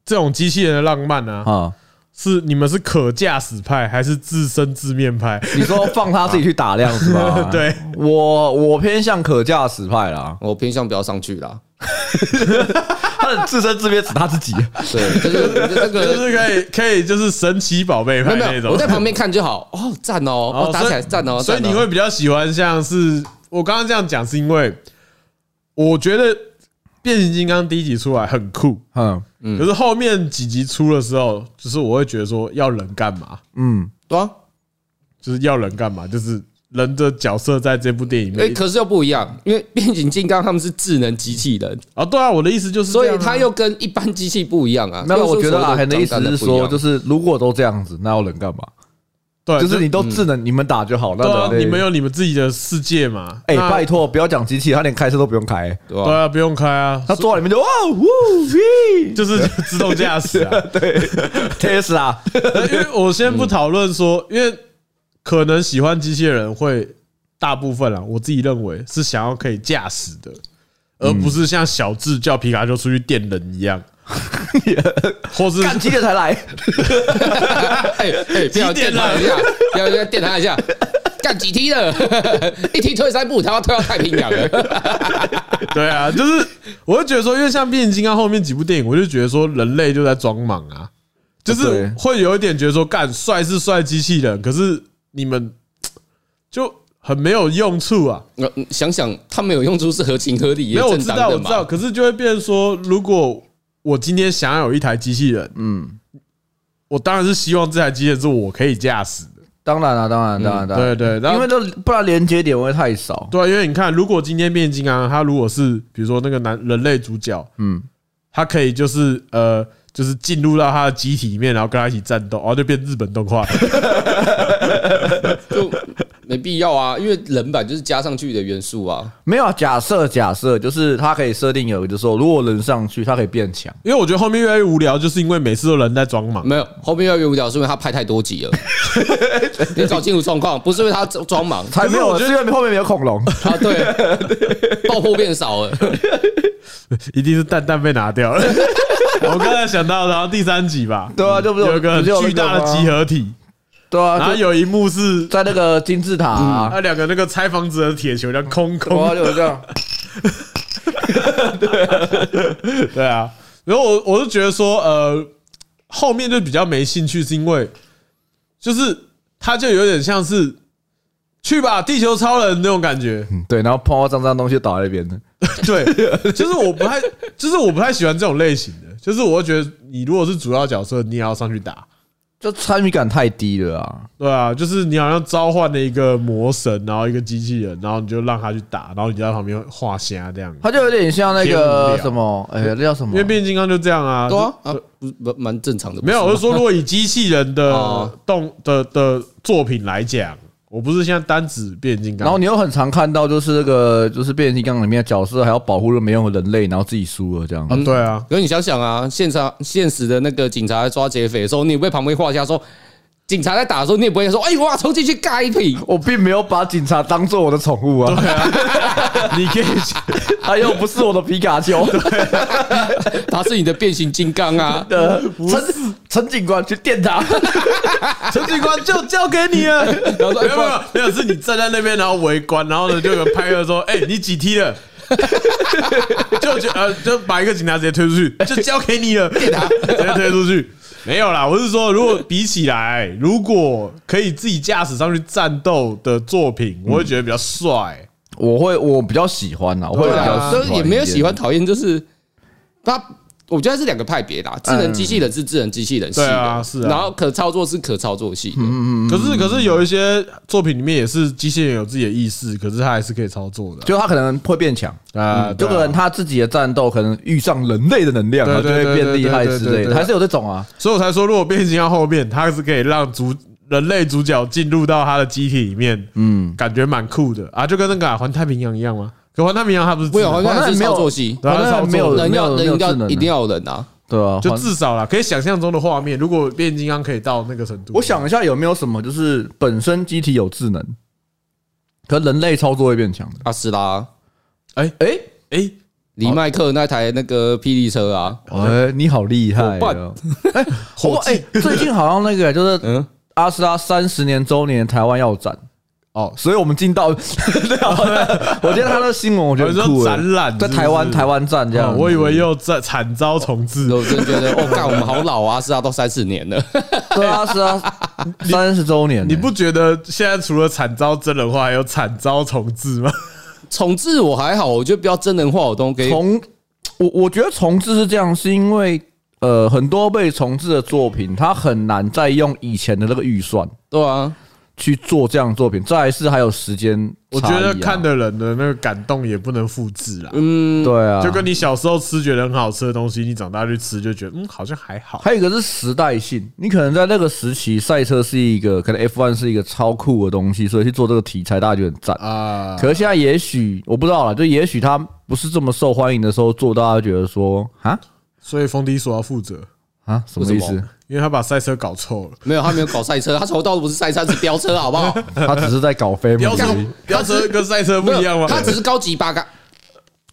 Speaker 3: 这种机器人的浪漫呢、啊？
Speaker 2: 啊。
Speaker 3: 是你们是可驾驶派还是自生自灭派？？
Speaker 2: 你说放他自己去打量是吧
Speaker 3: [LAUGHS]
Speaker 1: 啊
Speaker 3: 对，
Speaker 2: 我我偏向可驾驶派啦，
Speaker 1: 我偏向不要上去啦，
Speaker 2: 他的自生自灭只他自己。
Speaker 1: 对，就是这
Speaker 3: 就 [LAUGHS]
Speaker 1: 个。
Speaker 3: 是可以可以就是神奇宝贝
Speaker 1: 没
Speaker 3: 派
Speaker 1: 有
Speaker 3: 那
Speaker 1: 没有，
Speaker 3: 种
Speaker 1: 我在。旁边看就好。哦，赞哦，哦，打起来赞哦，
Speaker 3: 所以
Speaker 1: 赞哦
Speaker 3: 你会比较喜欢像是我刚刚这样讲，是因为我觉得变形金刚第一集出来很酷，
Speaker 2: 嗯
Speaker 3: 可是后面几集出的时候，就是我会觉得说要人干嘛？
Speaker 2: 嗯，
Speaker 1: 对啊，
Speaker 3: 就是要人干嘛？就是人的角色在这部电影里
Speaker 1: 哎，
Speaker 3: 面
Speaker 1: 可是又不一样，因为变形金刚他们是智能机器人，
Speaker 3: 啊，对啊，我的意思就是这
Speaker 1: 所
Speaker 3: 样啊，
Speaker 1: 以它又跟一般机器不一样啊。
Speaker 2: 没有，
Speaker 1: 又
Speaker 2: 我
Speaker 1: 是
Speaker 2: 觉得
Speaker 1: 所谓
Speaker 2: 阿恒的意思
Speaker 1: 长
Speaker 2: 是
Speaker 1: 得不一
Speaker 2: 说，
Speaker 1: 样
Speaker 2: 就是如果都这样子，那要人干嘛？
Speaker 3: 对，嗯
Speaker 2: 就是你都智能，你们打就好。那
Speaker 3: 对啊，
Speaker 2: 人类
Speaker 3: 你们有你们自己的世界嘛？
Speaker 2: 哎，
Speaker 3: 那
Speaker 2: 拜托，不要讲机器，他连开车都不用开，
Speaker 1: 对
Speaker 3: 对
Speaker 1: 吧？
Speaker 3: 啊，不用开啊，
Speaker 2: 他坐在里面就哇呜嘿
Speaker 3: 就是自动驾驶
Speaker 2: [LAUGHS]
Speaker 3: 啊。
Speaker 2: ，Tesla
Speaker 3: 因为我先不讨论说，因为可能喜欢机器人会大部分啊，我自己认为是想要可以驾驶的，而不是像小智叫皮卡丘出去电人
Speaker 2: [LAUGHS]
Speaker 3: 一样，或是
Speaker 2: 干几点才来？
Speaker 1: 哎哎，不要
Speaker 3: [LAUGHS] 几点
Speaker 1: 电他
Speaker 3: 了
Speaker 1: 一下，不要电他一
Speaker 3: [LAUGHS]
Speaker 1: 下，干几梯了， [LAUGHS] 一梯退三步，他要退到太平洋
Speaker 3: [LAUGHS]
Speaker 1: 了。
Speaker 3: 对啊，就是我会觉得说，因为像变形金刚后面几部电影，我就觉得说人类就在装莽啊，就是
Speaker 2: 对
Speaker 3: 会有一点觉得说，干帅是帅机器人，可是你们就很没有用处啊。
Speaker 1: 呃嗯想想他们有用处是合情合理，也
Speaker 3: 没有，我
Speaker 1: 正
Speaker 3: 知
Speaker 1: 当
Speaker 3: 道，我
Speaker 1: 的
Speaker 3: 知道，
Speaker 1: 嘛。
Speaker 3: 可是就会变成说，如果我今天想要有一台机器人，嗯，我当然是希望这台机器人是我可以驾驶的。
Speaker 2: [LAUGHS] 当然了，啊当然，当然，当
Speaker 3: 嗯对
Speaker 2: 然，
Speaker 3: 对，然
Speaker 2: 因
Speaker 3: 后
Speaker 2: 为都不然连接点会太少。
Speaker 3: 对啊，因为你看，如果今天变形金刚，它如果是比如说那个男人类主角，嗯
Speaker 2: 嗯，
Speaker 3: 他可以就是呃，就是进入到他的机体里面，然后跟他一起战斗，然哦后就变日本动画。 [LAUGHS]
Speaker 1: 就没必要啊，因为人版就是加上去的元素啊。
Speaker 2: 没有啊，假设假设就是他可以设定有，就是说如果人上去，他可以变强。
Speaker 3: 因为我觉得后面越来越无聊，就是因为每次都人在装
Speaker 1: [LAUGHS]
Speaker 3: 忙。
Speaker 1: 没有，后面越来越无聊，是因为他拍太多
Speaker 3: [LAUGHS]
Speaker 1: 集了。你搞清楚状况，不是因为他装忙
Speaker 2: 才没有，
Speaker 3: 可是我觉得
Speaker 2: 是因为后面没有恐
Speaker 3: [LAUGHS]
Speaker 2: 龙。
Speaker 1: 啊，对，爆破变少了。
Speaker 3: 一定是蛋蛋被拿掉了。我刚才想到，然后第三集吧，
Speaker 2: [LAUGHS] 对啊就不是有
Speaker 3: 嗯有一个很
Speaker 2: 不是有那
Speaker 3: 巨大的
Speaker 2: 个吗
Speaker 3: 集合体，
Speaker 2: 对
Speaker 3: 然
Speaker 2: 啊，
Speaker 3: 后
Speaker 2: 就
Speaker 3: 有一嗯幕是
Speaker 2: 在那个金字塔、啊，
Speaker 3: 那两个那个拆房子的铁球叫空
Speaker 2: 然
Speaker 3: 空
Speaker 2: 后，就这
Speaker 3: [LAUGHS]
Speaker 2: 样。
Speaker 3: 对啊。然后我我就觉得说，呃，后面就比较没兴趣，是因为就是他就有点像是去吧地球超人那种感觉，
Speaker 2: 嗯对，然后碰到脏脏东西就倒在那边的。
Speaker 3: [LAUGHS] 对，就是我不太，就是我不太喜欢这种类型的，就是我会觉得你如果是主要角色，你也要上去打。
Speaker 2: 就参与感太低了啊！
Speaker 3: 对啊，就是你好像召唤了一个魔神，然后一个机器人，然后你就让他去打，然后你就在旁边画虾这样。
Speaker 2: 他就有点像那
Speaker 3: 偏无聊
Speaker 2: 个什么，哎、那叫什么
Speaker 3: 因为？变形金刚就这样啊，
Speaker 1: 对啊，啊，不是蛮蛮正常的。
Speaker 3: 没有，我
Speaker 1: 不
Speaker 3: 是
Speaker 1: 是吗
Speaker 3: 说如果以机器人的
Speaker 1: 哦
Speaker 3: 动的的作品来讲，我不是现在单指变形金刚，
Speaker 2: 然后你又很常看到，就是那个就是变形金刚里面的角色还要保护了没用的人类，然后自己输了这样。
Speaker 3: 啊，对啊，
Speaker 1: 可是你想想啊，现场现实的那个警察在抓劫匪的时候，你有被旁边画下说警察在打的时候，你也不会说，哎，我要冲进去尬一瓶。 [LAUGHS]
Speaker 2: 我并没有把警察当做我的宠物啊，
Speaker 1: 嗯
Speaker 3: 你可以 [LAUGHS]
Speaker 2: [LAUGHS] 他又不是我的皮卡 [LAUGHS] 丘。
Speaker 1: 他是你的变形金刚啊！
Speaker 2: 呃，陈陈警官去电他，
Speaker 3: 陈警官就交给你了。
Speaker 1: [LAUGHS] 然后说
Speaker 3: 没
Speaker 1: 哎
Speaker 3: 有
Speaker 1: 不
Speaker 3: 没
Speaker 1: 然
Speaker 3: 有没有，是你站在那边，然后围观，然后呢就有人拍了说：“哎、你几梯了？” [LAUGHS] 就觉呃，就把一个警察直接推出
Speaker 1: [LAUGHS]
Speaker 3: 去，就交给你了，直接推出去。没有啦，我是说，如果比起来，如果可以自己驾驶上去战斗的作品，我会觉得比较帅。
Speaker 2: [LAUGHS] 我会我比较喜欢啊，我会
Speaker 1: 对
Speaker 2: 比较
Speaker 1: 啊，
Speaker 2: 喜
Speaker 1: 所
Speaker 2: 欢一
Speaker 1: 以
Speaker 2: 点，
Speaker 1: 也没有喜欢讨厌，就是他，我觉得是两个派别啦。智能机器人是智能机器人系
Speaker 3: 对
Speaker 1: 的
Speaker 3: 啊，是啊
Speaker 1: 然后可操作是可操作系的，
Speaker 2: 嗯
Speaker 3: 可是可是有一些作品里面也是机器人有自己的意识，可是他还是可以操作的
Speaker 2: 就他可能会变强。嗯
Speaker 3: 啊。
Speaker 2: 这
Speaker 3: 对啊
Speaker 2: 个人他自己的战斗可能遇上人类的能量，他
Speaker 3: 对
Speaker 2: 就
Speaker 3: 对
Speaker 2: 会
Speaker 3: 对
Speaker 2: 变厉害
Speaker 3: 对对
Speaker 2: 之
Speaker 3: 对
Speaker 2: 类的，
Speaker 3: 对
Speaker 2: 还是有这种啊。
Speaker 3: 所以我才说，如果变形金刚后面它是可以让主人类主角进入到他的机体里面，嗯，感觉蛮酷的啊，就跟那个啊环、太平洋一样吗？可环太平洋它不是智
Speaker 1: 没有，
Speaker 3: 能
Speaker 1: 好
Speaker 2: 好
Speaker 1: 像
Speaker 2: 像
Speaker 1: 是
Speaker 2: 没有
Speaker 1: 操作系，
Speaker 3: 对啊
Speaker 2: 好像
Speaker 3: 操作
Speaker 2: 没有
Speaker 1: 人
Speaker 2: 没
Speaker 1: 要
Speaker 2: 有没
Speaker 1: 人
Speaker 2: 有
Speaker 1: 一定
Speaker 2: 智能
Speaker 1: 要
Speaker 2: 啊
Speaker 1: 一定要有人啊，
Speaker 2: 对啊，
Speaker 3: 就
Speaker 2: 环
Speaker 3: 至少啦，可以想象中的画面。如果变形金刚可以到那个程度，
Speaker 2: 我想一下有没有什么就是本身机体有智能，可人类操作会变强的。
Speaker 1: 阿斯拉、
Speaker 2: 哎
Speaker 3: 诶，
Speaker 1: 李麦克那台那个霹雳车啊，
Speaker 2: 哎，你好厉害
Speaker 1: 伙
Speaker 2: 哦！火哎，最近好像那 [LAUGHS] 个就是
Speaker 1: 嗯，
Speaker 2: 阿斯拉三十年周年台湾要展哦，所以我们进 [LAUGHS] 到对啊，我觉得他的新闻我觉
Speaker 3: 有
Speaker 2: 得
Speaker 3: 人
Speaker 2: 很酷
Speaker 3: 说
Speaker 2: 哎
Speaker 3: 展览
Speaker 2: 在台湾台，湾站
Speaker 3: 是不
Speaker 2: 这
Speaker 3: 是
Speaker 2: 样
Speaker 3: 哦
Speaker 2: 子，
Speaker 3: 我以为又在惨遭重置。
Speaker 1: 我真的觉得，哦，干，我们好老啊，阿斯拉都三四年了， [LAUGHS]
Speaker 2: 对啊是啊三十周年，
Speaker 3: 你不觉得现在除了惨遭真人化，还有惨遭重置吗？
Speaker 1: 重置我还好，我觉得不要真人化我都可以。
Speaker 2: 重，哎我我觉得重置是这样，是因为呃很多被重置的作品，它很难再用以前的那个预算
Speaker 1: 对啊，
Speaker 2: 去做这样的作品，再来是还有时间、啊
Speaker 3: 我觉得看，的人的那个感动也不能复制啦。
Speaker 1: 嗯，
Speaker 2: 对啊，
Speaker 3: 就跟你小时候吃觉得很好吃的东西，你长大去吃就觉得嗯好像还好。
Speaker 2: 还有一个是时代性，你可能在那个时期，赛车是一个可能 F1 是一个超酷的东西，所以去做这个题材，大家觉得很赞。
Speaker 3: 啊，
Speaker 2: 可是现在也许我不知道了，就也许它不是这么受欢迎的时候做，大家觉得说啊
Speaker 3: 所以冯迪所要负责，
Speaker 2: 啊什么意
Speaker 1: 为什
Speaker 2: 思
Speaker 1: 么？
Speaker 3: 因为他把赛车搞臭了。
Speaker 1: 没有，他没有搞赛车，他从头到尾不是赛车，他是飙车，好不好？
Speaker 2: [LAUGHS] 他只是在
Speaker 1: [LAUGHS]
Speaker 2: 搞飞
Speaker 3: 飙
Speaker 2: 而
Speaker 3: [LAUGHS] 车
Speaker 2: 已。，
Speaker 3: 飙车跟赛车 [LAUGHS] 不一样吗？
Speaker 1: 他只是高级八嘎。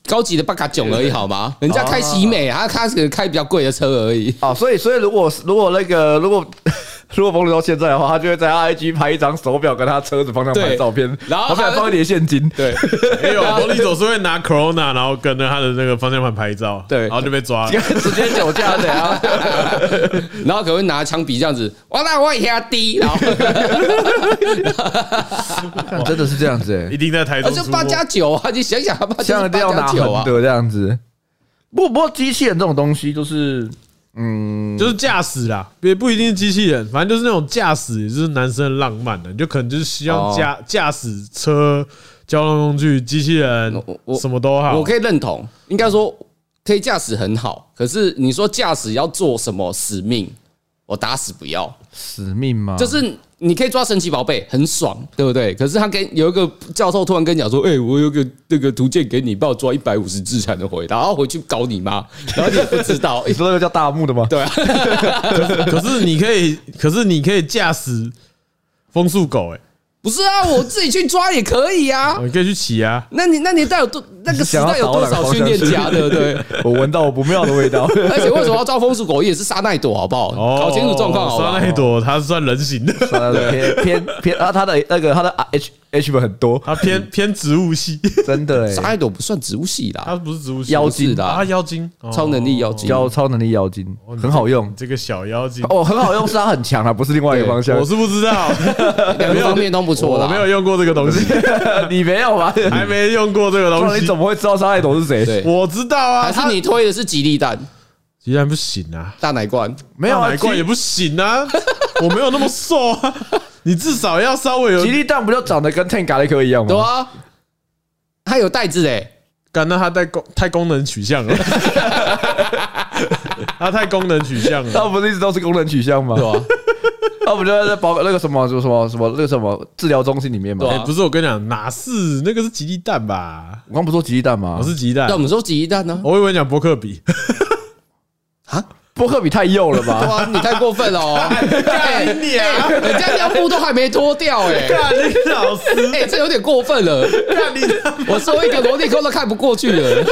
Speaker 1: 高级的巴卡囧而已，好吗？人家开喜美，
Speaker 3: 啊
Speaker 1: 他他可能开比较贵的车而已。
Speaker 2: 啊，所以所以如果如果那个如果 [LAUGHS] 如果冯磊到现在的话，他就会在他 IG 拍一张手表跟他车子方向盘
Speaker 1: 对
Speaker 2: 照片，
Speaker 1: 然后
Speaker 2: 旁边
Speaker 1: 他
Speaker 2: 还放一点现金。
Speaker 1: 对，
Speaker 3: 没有，冯迪总是会拿 Corona，然后跟着他的那个方向盘拍照，
Speaker 2: 对
Speaker 3: 然后就被抓
Speaker 1: [LAUGHS]
Speaker 3: 了。
Speaker 2: [LAUGHS] 直接酒驾的啊！
Speaker 1: [LAUGHS] 然后可能会拿枪笔这样子，哇那我也要低，
Speaker 3: [LAUGHS]
Speaker 1: 然后
Speaker 2: 看真的是这样子、
Speaker 3: 一
Speaker 2: 欸，
Speaker 3: 定在台中
Speaker 1: 哦就
Speaker 3: 出没
Speaker 1: 八加九啊！你想想，八
Speaker 2: 像
Speaker 1: 加
Speaker 2: 一定
Speaker 1: 八
Speaker 2: 要拿
Speaker 1: 加
Speaker 2: 很
Speaker 1: 九啊，
Speaker 2: 多这样子。不不过机器人这种东西就是，嗯，
Speaker 3: 就是驾驶啦，也不一定是机器人，反正就是那种驾驶，也就是男生的浪漫的，你就可能就是希望
Speaker 1: 哦
Speaker 3: 驾驾驶车、交通工具、机器人
Speaker 1: 我我
Speaker 3: 什么都好。
Speaker 1: 我可以认同，应该说可以驾驶很好，可是你说驾驶要做什么使命，我打死不要。
Speaker 2: 使命嘛，
Speaker 1: 就是你可以抓神奇宝贝，很爽，对不对？可是他跟有一个教授突然跟你讲说：“哎、我有个那个图鉴给你，帮我抓一百五十只才能回答，然后回去搞你妈。”然后你也不知道，
Speaker 2: 你说那个叫大木的吗？
Speaker 1: 对啊， [LAUGHS]
Speaker 3: 可是你可以，可是你可以驾驶风速狗、欸，
Speaker 1: 不是啊，我自己去抓也可以啊
Speaker 3: 哎，。你可以去骑啊。
Speaker 1: 那你那年代有多那个时代有多少训练家，对不
Speaker 3: [LAUGHS]
Speaker 1: 对？
Speaker 2: 我闻到我不妙的味 [LAUGHS] 道。
Speaker 1: 而且为什么要抓风速狗也是沙奈朵，好不好？搞清楚状况好不
Speaker 3: 哦沙
Speaker 1: 好？
Speaker 3: 奈朵它是算人形的，
Speaker 2: 呃偏偏偏啊，他的那个他的 H H 本很多，
Speaker 3: 它偏偏植物系，
Speaker 2: 真的、
Speaker 1: 沙
Speaker 2: 欸，
Speaker 1: 奈朵不算植物系啦，
Speaker 3: 它不是植物系，
Speaker 2: 妖
Speaker 1: 是
Speaker 2: 精
Speaker 1: 的
Speaker 3: 啊，
Speaker 1: 啊，
Speaker 3: 妖精，哦
Speaker 1: 超能力妖精
Speaker 2: 妖超能力妖精很好用
Speaker 3: 这个小妖精，
Speaker 2: 哦，很好用是它很强啊，不是另外一个方向
Speaker 3: 我。是不知道，
Speaker 1: 两个方面都不错啊
Speaker 3: 我没有
Speaker 1: 啦。
Speaker 3: 用过这
Speaker 1: [LAUGHS]
Speaker 3: 个东西，
Speaker 2: 你没有吗？
Speaker 3: 还没用过这个
Speaker 2: 不
Speaker 3: 东
Speaker 2: 然你
Speaker 3: 西
Speaker 2: 怎，么会知道沙袋董是谁？
Speaker 1: 对，
Speaker 3: 我知道啊，
Speaker 1: 还是你推的是吉利蛋
Speaker 3: 既然不行啊，
Speaker 1: 大奶罐？
Speaker 2: 没有
Speaker 3: 大
Speaker 2: 啊，
Speaker 3: 奶罐也
Speaker 2: 吉
Speaker 3: 不行啊，我没有那么瘦啊，你至少要稍微有
Speaker 2: 吉，利蛋不就长得跟 Tank 雷克一样
Speaker 1: 对
Speaker 2: 吗？
Speaker 1: 啊，它有袋子欸嘞。
Speaker 3: 感到它太功太功能取向了， [LAUGHS] 它太功能
Speaker 2: [LAUGHS]
Speaker 3: 取向了，
Speaker 2: 它不是一直都是功能取向吗？
Speaker 1: 对啊，
Speaker 2: 它不就在保 [LAUGHS] 那个什么什么什么什么那个什么治疗中心里面吗
Speaker 1: 对？
Speaker 3: 哎
Speaker 1: 啊，
Speaker 3: 不是我跟你讲，哪是那个是吉利蛋吧？
Speaker 2: 我刚不是说吉利蛋吗
Speaker 3: 哎
Speaker 1: 啊
Speaker 3: 我？是吉利蛋
Speaker 1: 那我，们说吉利蛋呢？
Speaker 3: 我以为你讲伯克比，
Speaker 1: 啊，
Speaker 2: 波克比太幼了吧？
Speaker 1: 哇，啊你太过分了哦！干你啊！人家尿布都还没脱掉哎、
Speaker 3: [LAUGHS] 干你老师，
Speaker 1: 哎、这有点过分了。
Speaker 3: 干你他妈！
Speaker 1: 我说一个萝莉控都看不过去了，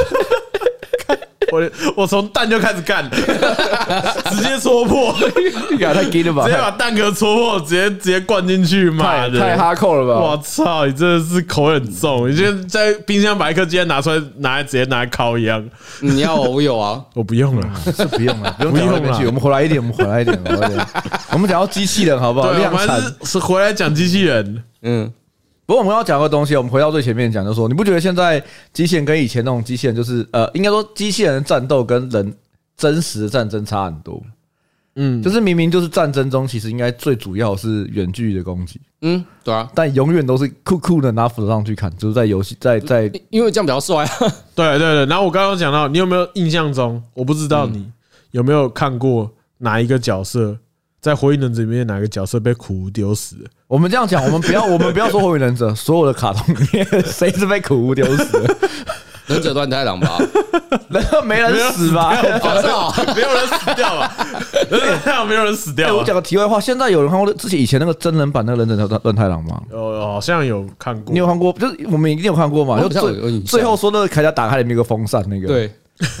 Speaker 3: [LAUGHS] 我我从蛋就开始干，直接
Speaker 2: [LAUGHS]
Speaker 3: 戳破，直
Speaker 2: [LAUGHS] 你敢太 gay 了吧
Speaker 3: 接？把蛋壳戳破，直接直接灌进去，妈
Speaker 2: 太
Speaker 3: 的！
Speaker 2: 太哈扣了吧？
Speaker 3: 我操，你真的是口很重，你现在在冰箱把一颗鸡蛋拿出来，拿来直接拿来烤一样。
Speaker 1: 你要我我有啊，
Speaker 3: 我不用了，
Speaker 2: 是不用了，不用讲到那边
Speaker 3: 不用
Speaker 2: 去。
Speaker 3: 了
Speaker 2: 我们回来一点，我们回来一点，回来一点。 [LAUGHS] 我们讲到机器人好不好？
Speaker 3: 对，我
Speaker 2: 量
Speaker 3: 们还
Speaker 2: 产。
Speaker 3: 是是回来讲机器人，
Speaker 1: 嗯，
Speaker 2: 不过我们要讲个东西，我们回到最前面讲，就说你不觉得现在机器人跟以前那种机器人，就是呃，应该说机器人的战斗跟人真实的战争差很多。
Speaker 3: 嗯，
Speaker 2: 就是明明就是战争中，其实应该最主要是远距离的攻击，
Speaker 1: 嗯，对啊，
Speaker 2: 但永远都是酷酷的拿斧头上去砍，就是在游戏在在
Speaker 1: 因为这样比较帅啊。
Speaker 3: 对对对。然后我刚刚讲到，你有没有印象中？我不知道你有没有看过哪一个角色在《火影忍者》里面哪个角色被苦无丢死了？
Speaker 2: 我们这样讲，我们不要 [LAUGHS] 我们不要说火影忍者，所有的卡通里面谁是被苦无丢死的？
Speaker 1: 忍者乱太郎吧，
Speaker 2: 然后没人死吧？
Speaker 1: 好是哦，
Speaker 3: 没有人死掉吧？ [LAUGHS] 没有人死
Speaker 2: 哎，
Speaker 3: 掉
Speaker 2: 我
Speaker 3: 吧
Speaker 2: 讲？个题外话，现在有人看过之前以前那个真人版那个忍者乱太郎吗？
Speaker 3: 哦，好像有看过。
Speaker 2: 你有看过？就是我们一定有看过嘛？
Speaker 1: 我
Speaker 2: 就
Speaker 1: 好像有
Speaker 2: 最
Speaker 1: 印象
Speaker 2: 最后说那个铠甲打开里面有个风扇那个，，
Speaker 1: 对，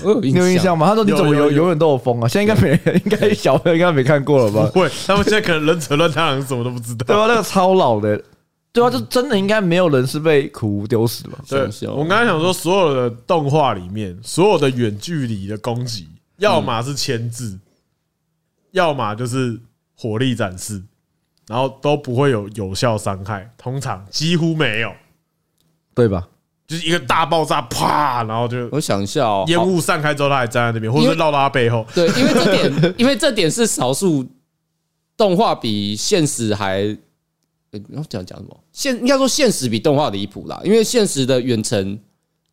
Speaker 1: 我有
Speaker 2: 你有印
Speaker 1: 印象。
Speaker 2: 象吗？他说你怎么
Speaker 3: 有有
Speaker 2: 永
Speaker 3: 有
Speaker 2: 永远都有风啊？现在应该没人， [LAUGHS] 应该小朋友应该没看过了 [LAUGHS] 吧？
Speaker 3: 会，他们现在可能忍者乱太郎什么都不知
Speaker 2: 对啊吧？
Speaker 3: 道。
Speaker 2: 那个超老的，对啊吧？就真的应该没有人是被苦无丢死的吧？
Speaker 3: 对
Speaker 1: 想，笑
Speaker 3: 我刚才想说，所有的动画里面，所有的远距离的攻击，
Speaker 1: 嗯
Speaker 3: 要么是牵制，要么就是火力展示，然后都不会有有效伤害，通常几乎没有，
Speaker 2: 对吧？
Speaker 3: 就是一个大爆炸，啪，然后就
Speaker 1: 我想一下哦，
Speaker 3: 烟雾散开之后，他还站在那边，或
Speaker 1: 因
Speaker 3: 者是
Speaker 1: 为
Speaker 3: 绕到他背后。 [LAUGHS]
Speaker 1: 对，因为这点， [LAUGHS] 因为这点是少数动画比现实还，呃，要讲讲什么？现应该说现实比动画离谱啦，因为现实的远程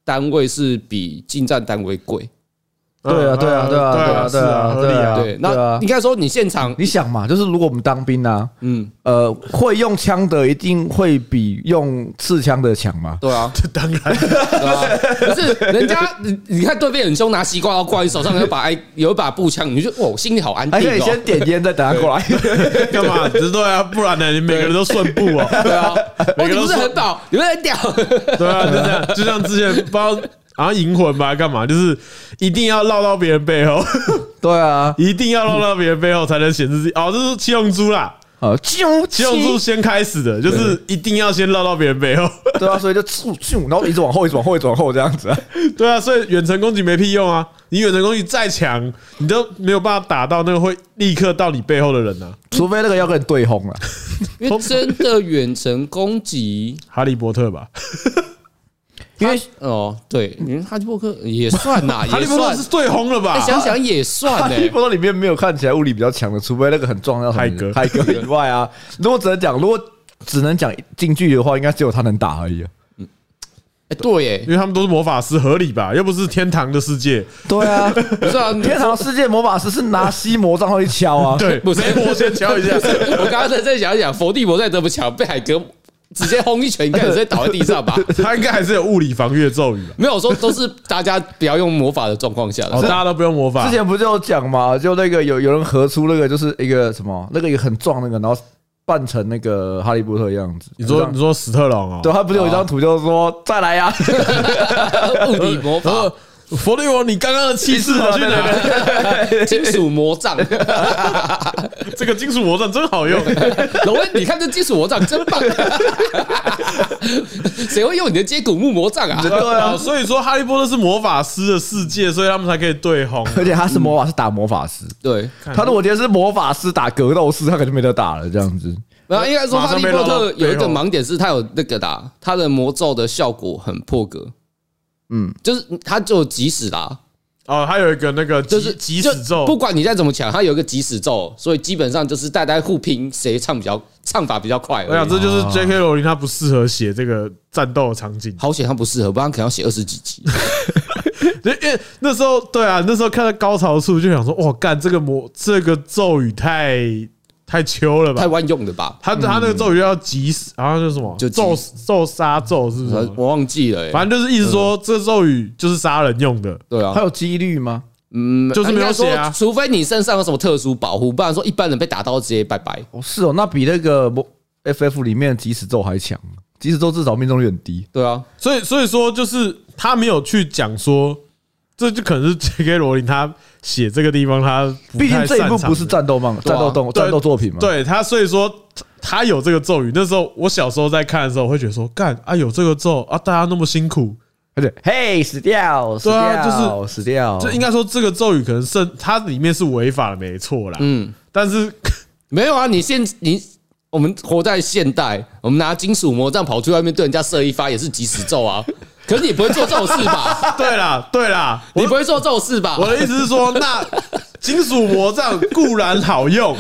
Speaker 1: 单位是比近战单位贵。
Speaker 2: 对啊
Speaker 3: 嗯
Speaker 2: 对啊对啊
Speaker 3: 对
Speaker 2: 对
Speaker 3: 是
Speaker 2: 啊
Speaker 3: 啊，合理
Speaker 2: 对啊
Speaker 3: 啊。
Speaker 1: 对，
Speaker 2: 对啊
Speaker 1: 那应该说你现场，
Speaker 2: 你想嘛，就是如果我们当兵啊，
Speaker 1: 嗯，
Speaker 2: 呃，会用枪的一定会比用刺枪的强嘛？
Speaker 1: 对
Speaker 3: [LAUGHS]
Speaker 1: 啊，
Speaker 3: 这当然，
Speaker 1: 对啊，可是人家你你看对面很凶，拿西瓜刀挂你手上，有一把哎有一把步枪，你就哇，我心里好安定
Speaker 2: 还
Speaker 3: 哎
Speaker 2: 可以
Speaker 1: 哦
Speaker 2: 先。点烟再等他过来。
Speaker 3: 干嘛？只是对啊，不然呢？你每个人都顺步哦。
Speaker 1: [LAUGHS] 对
Speaker 3: [LAUGHS]
Speaker 1: 啊，我
Speaker 3: 每
Speaker 1: 你
Speaker 3: 个人
Speaker 1: 不
Speaker 3: 都
Speaker 1: 是
Speaker 3: 说
Speaker 1: 很屌，你不是很屌？ [LAUGHS]
Speaker 3: 对啊，就这样，就像之前不知道好像银魂吧，干嘛？就是一定要绕到别人背后，
Speaker 2: [LAUGHS] 对 [LAUGHS] 啊，
Speaker 3: 一定要绕到别人背后才能显示自己。哦，这是七龙珠啦，
Speaker 2: 啊，啾
Speaker 3: 七龙珠先开始的，就是一定要先绕到别人背
Speaker 1: [LAUGHS]
Speaker 3: 后。
Speaker 2: 对啊，所以就咻咻，然后一直往后，一直往后，一直往后这样子啊。
Speaker 3: 对啊，所以远程攻击没屁用啊！你远程攻击再强，你都没有办法打到那个会立刻到你背后的人啊。
Speaker 2: 除非那个要跟你对轰啊了，
Speaker 1: 因为真的远程攻击，
Speaker 3: 哈利波特吧，
Speaker 2: 因为
Speaker 1: 哦，对，因为哈利波特也算呐，
Speaker 3: [LAUGHS]
Speaker 1: 也
Speaker 3: 哈利波特
Speaker 1: 算
Speaker 3: 是。最红了吧
Speaker 1: 哎，？想想也
Speaker 2: 哈 [LAUGHS]
Speaker 1: 算
Speaker 2: 利
Speaker 1: 嘞，
Speaker 2: 波特里面没有看起来物理比较强的，除非那个很重要的
Speaker 3: 海格
Speaker 2: 海格以外啊。如果只能讲，如果只能讲近距离的话，应该只有他能打而已啊。
Speaker 1: 哎，对耶
Speaker 3: [LAUGHS] 因，为他们都是魔法师，合理吧？又不是天堂的世界，
Speaker 2: 对啊，
Speaker 1: 不是啊，
Speaker 2: 天堂世界魔法师是拿吸魔杖上去敲啊。
Speaker 3: [LAUGHS] 对，
Speaker 1: [LAUGHS] 不是
Speaker 3: 雷魔先敲
Speaker 1: [LAUGHS]
Speaker 3: 一下，
Speaker 1: 我刚刚在在想一想，伏地魔再怎么强，被海哥直接轰一拳，应该也是倒在地上吧？
Speaker 3: 他应该还是有物理防御的咒语吧？
Speaker 1: 没有我说都是大家不要用魔法的状况下
Speaker 3: 哦，大
Speaker 1: 的，
Speaker 3: 家都不用魔法
Speaker 2: 之。前不就有讲嘛，就那个有有人合出那个就是一个什么，那个也很壮那个，然后扮成那个哈利波特的样子。
Speaker 3: 你
Speaker 1: 啊
Speaker 3: 说你说史特龙哦，
Speaker 2: 对，他不是有一张图，就是说再来啊
Speaker 3: [LAUGHS]
Speaker 2: 呀、
Speaker 1: 呃物理魔
Speaker 3: 然
Speaker 1: 法
Speaker 3: 后、佛利王，你刚刚的气势
Speaker 1: 啊
Speaker 3: 啊跑去哪了？
Speaker 1: 金属魔杖。
Speaker 3: 这个金属魔杖真
Speaker 1: [LAUGHS]
Speaker 3: 好用，
Speaker 1: 龙威，你看这金属魔杖真棒， [LAUGHS] 谁会用你的接骨木魔杖啊？
Speaker 2: 对啊
Speaker 3: 啊，所以说哈利波特是魔法师的世界，所以他们才可以对轰。
Speaker 2: [LAUGHS] 而且他是魔法师打魔法师，
Speaker 1: 对，
Speaker 2: 他如果今天是魔法师打格斗士，他可能没得打了这样子。
Speaker 1: 然后应该说
Speaker 3: 马
Speaker 1: 哈
Speaker 3: 上
Speaker 1: 利
Speaker 3: 被
Speaker 1: 波
Speaker 3: 绕到
Speaker 1: 特有一个
Speaker 3: 背后
Speaker 1: 盲点是，它有那个啦，它的魔咒的效果很破格，
Speaker 2: 嗯，
Speaker 1: 就是它就有即时啦，
Speaker 3: 哦，还有一个那个
Speaker 1: 就
Speaker 3: 即
Speaker 1: 是
Speaker 3: 即
Speaker 1: 就
Speaker 3: 使咒，
Speaker 1: 不管你再怎么抢，它有一个即时咒，所以基本上就是大家互拼，谁唱比较唱法比较快而已。
Speaker 3: 我想这就是 J.K. 罗琳他不适合写这个战斗的
Speaker 1: [LAUGHS]
Speaker 3: 场景，
Speaker 1: 好险它不适合，不然可能要写二十几
Speaker 3: [LAUGHS]
Speaker 1: 集。
Speaker 3: 因为那时候对啊，那时候看到高潮处就想说，哇，干这个魔这个咒语太太秋了
Speaker 1: 太
Speaker 3: 吧？
Speaker 1: 万用了吧？
Speaker 3: 他他那个咒语叫急死，然后就什么
Speaker 1: 就嗯急
Speaker 3: 咒咒杀咒是不是？
Speaker 1: 我忘记了、欸，
Speaker 3: 反正就是意思说，这咒语就是杀人用的，
Speaker 1: 对
Speaker 2: 他
Speaker 1: 啊，
Speaker 2: 有几率吗？
Speaker 1: 嗯，
Speaker 3: 就是没有写啊
Speaker 1: 应该说除非你身上有什么特殊保护，不然说一般人被打到直接拜拜。
Speaker 2: 哦，是哦，那比那个 FF 里面的即时咒还强，啊即时咒至少命中率很低。
Speaker 1: 对啊，
Speaker 3: 所以所以说就是他没有去讲说，这就可能是 J.K. 罗琳他写这个地方他不太
Speaker 2: 毕竟这一部
Speaker 3: 擅长
Speaker 2: 不是
Speaker 3: 的
Speaker 2: 战斗漫、
Speaker 1: 对
Speaker 2: 战
Speaker 1: 啊
Speaker 2: 斗动、
Speaker 3: 对
Speaker 2: 战斗作品嘛。，
Speaker 3: 对他，所以说他他有这个咒语。那时候我小时候在看的时候，我会觉得说，干啊有这个咒啊，大家那么辛苦，
Speaker 2: 而且嘿，死掉，死
Speaker 3: 对啊
Speaker 2: 掉，死掉，
Speaker 3: 就应该说这个咒语可能是它里面是违法的，没错啦。
Speaker 1: 嗯，
Speaker 3: 但是 [LAUGHS]
Speaker 1: 没有啊，你现你我们活在现代，我们拿金属魔杖跑去外面对人家射一发也是即时咒啊。可是你不会做这种事吧？
Speaker 3: 对啦，对啦，
Speaker 1: 你
Speaker 3: 我
Speaker 1: 不会做这种事吧？。
Speaker 3: 我的意思是说，那金属魔杖固然好
Speaker 2: [LAUGHS]
Speaker 3: 用，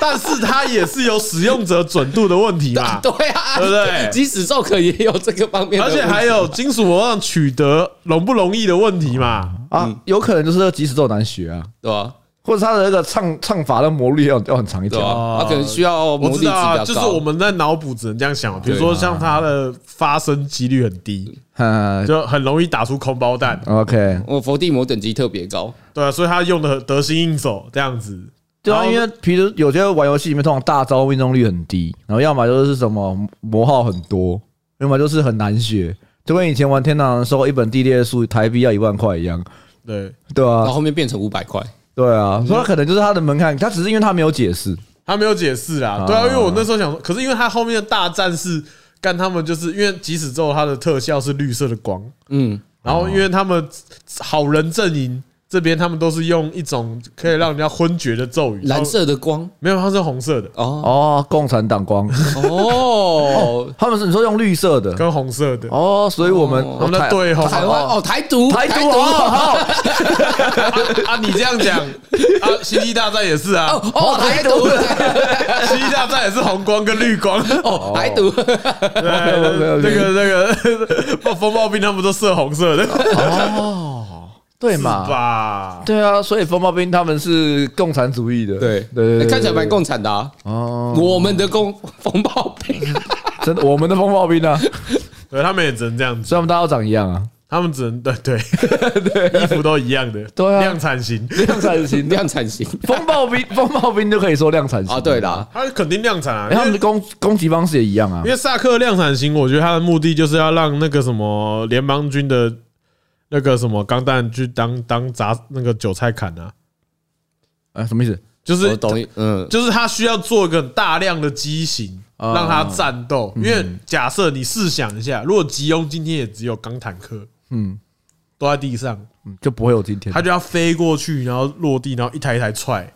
Speaker 3: 但是它也是有使用者准度的问题嘛
Speaker 1: [LAUGHS] 对啊，
Speaker 3: 对不对
Speaker 1: 即使咒可也有这个方面的
Speaker 3: 而
Speaker 1: 问题，
Speaker 3: 且还有金属魔杖取得容不容易的问
Speaker 1: [LAUGHS]
Speaker 3: 题嘛。
Speaker 2: 啊，有可能就是那个即时咒难学啊，
Speaker 1: 对吧？
Speaker 2: 或者他的那个唱唱法的魔力要要很长一
Speaker 1: 对
Speaker 2: 条。
Speaker 1: 啊，他可能需要魔
Speaker 3: 我
Speaker 1: 力值
Speaker 3: 知
Speaker 1: 比
Speaker 3: 道啊，
Speaker 1: 较
Speaker 3: 就是我
Speaker 1: 高。
Speaker 3: 们在脑补只能这样想，比如
Speaker 1: 对
Speaker 3: 说像它的发生几率很低，
Speaker 2: 嗯
Speaker 3: 就很容易打出空包
Speaker 1: 嗯
Speaker 3: 弹。
Speaker 2: ，OK，
Speaker 1: 我伏地魔等级特别高，
Speaker 3: 对啊，所以他用的得心应手这样子。
Speaker 2: 对啊，
Speaker 3: 然后
Speaker 2: 因为比如有些玩游戏里面，通常大招命中率很低，然后要么就是什么魔号很多，要么就是很难学，就跟以前玩天堂的时候，一本地列书台币要一万块一样，
Speaker 3: 对
Speaker 2: 对
Speaker 1: 然后
Speaker 2: 啊，
Speaker 1: 后面变成五百块。
Speaker 2: 对啊，所以它可能就是它的门槛，它只是因为它没有解释，
Speaker 3: 他没有解释啦，
Speaker 2: 啊
Speaker 3: 对啊，因为我那时候想说，可是因为他后面的大战是干他们，就是因为即使之后他的特效是绿色的光，
Speaker 1: 嗯，
Speaker 3: 然后因为他们好人阵营这边他们都是用一种可以让人家昏厥的咒语，
Speaker 1: 蓝色的光
Speaker 3: 没有，它是红色的
Speaker 1: 哦
Speaker 2: 哦，共产党光，
Speaker 1: 哦，
Speaker 2: 他们是你说用绿色的，
Speaker 3: 跟红色的，
Speaker 2: 哦，所以我们
Speaker 1: [LAUGHS] 哦
Speaker 3: 他们在
Speaker 2: 台
Speaker 3: 对吼
Speaker 1: 台湾哦，台独
Speaker 2: 台独
Speaker 1: 独
Speaker 2: 哦，
Speaker 3: [LAUGHS] 啊，你这样讲啊，星际大战也是啊，
Speaker 1: 哦哦，台独
Speaker 3: 星际大战也是红光跟绿光，
Speaker 1: 哦，台独
Speaker 3: [LAUGHS] 对，
Speaker 2: OK，OK
Speaker 3: 那个那个风暴兵他们都射红色的，
Speaker 2: 对
Speaker 3: 是 [LAUGHS]
Speaker 2: 嘛？
Speaker 3: 吧？
Speaker 2: 对啊，所以风暴兵他们是共产主义的，
Speaker 1: 对
Speaker 2: 对对，
Speaker 1: [LAUGHS] 看起来蛮
Speaker 2: 共
Speaker 1: 共产的啊。
Speaker 2: 哦，
Speaker 1: 我们的公风暴兵，
Speaker 2: 真的，我们的风暴兵啊，
Speaker 3: 对他们也只能这样子，
Speaker 2: 所以我们大家都长一样啊，
Speaker 3: 他们只能对 [LAUGHS] 对，衣服都一样的，
Speaker 2: 对啊
Speaker 3: 量产型，
Speaker 2: 量产型的
Speaker 1: 量产型
Speaker 2: 风暴兵，风暴兵就可以说量产型
Speaker 1: 啊，对，啦，
Speaker 3: 他肯定量产啊，
Speaker 2: 哎他
Speaker 3: 因
Speaker 2: 们的
Speaker 3: 为
Speaker 2: 攻攻击方式也一样啊
Speaker 3: 因，为萨克量产型，我觉得他的目的就是要让那个什么联邦军的。那个什么钢弹去当当杂那个韭菜砍啊，
Speaker 2: 哎，什么意思？
Speaker 3: 就是
Speaker 1: 我懂，嗯，
Speaker 3: 就是他需要做一个很大量的机型，
Speaker 2: 啊
Speaker 3: 让他战斗。因为假设你试想一下，如果吉翁今天也只有钢坦克，
Speaker 2: 嗯
Speaker 3: 都在地上，
Speaker 2: 嗯，就不会有今天
Speaker 3: 他。就要飞过去，然后落地，然后一台一台踹，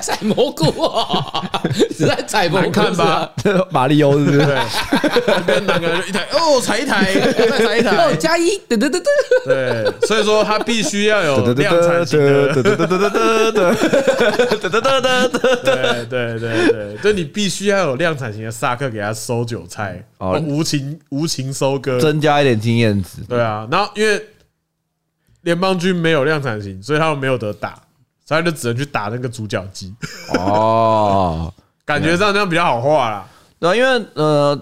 Speaker 1: 采蘑菇哦，是在采蘑菇
Speaker 3: 难看吧？
Speaker 2: 马里欧是不是？
Speaker 3: 对，那个就一台哦，踩一台，再踩
Speaker 1: 是
Speaker 3: 一
Speaker 1: 吧？哦，
Speaker 3: 台，
Speaker 1: 加一，噔噔噔噔，
Speaker 3: 对，所以说他必须要有量产型的，对对对对，就你必须要有量产型的萨克给他收韭菜，
Speaker 2: 哦
Speaker 3: 无情无情收割，
Speaker 2: 增加一点经验值。
Speaker 3: 对
Speaker 1: 嗯
Speaker 3: 啊，然后因为联邦军没有量产型，所以他们没有得打，所以他就只能去打那个主角
Speaker 1: [LAUGHS]
Speaker 3: 机，
Speaker 2: 哦，
Speaker 3: 感觉上这样比较好画啦。
Speaker 2: 对啊，因为呃，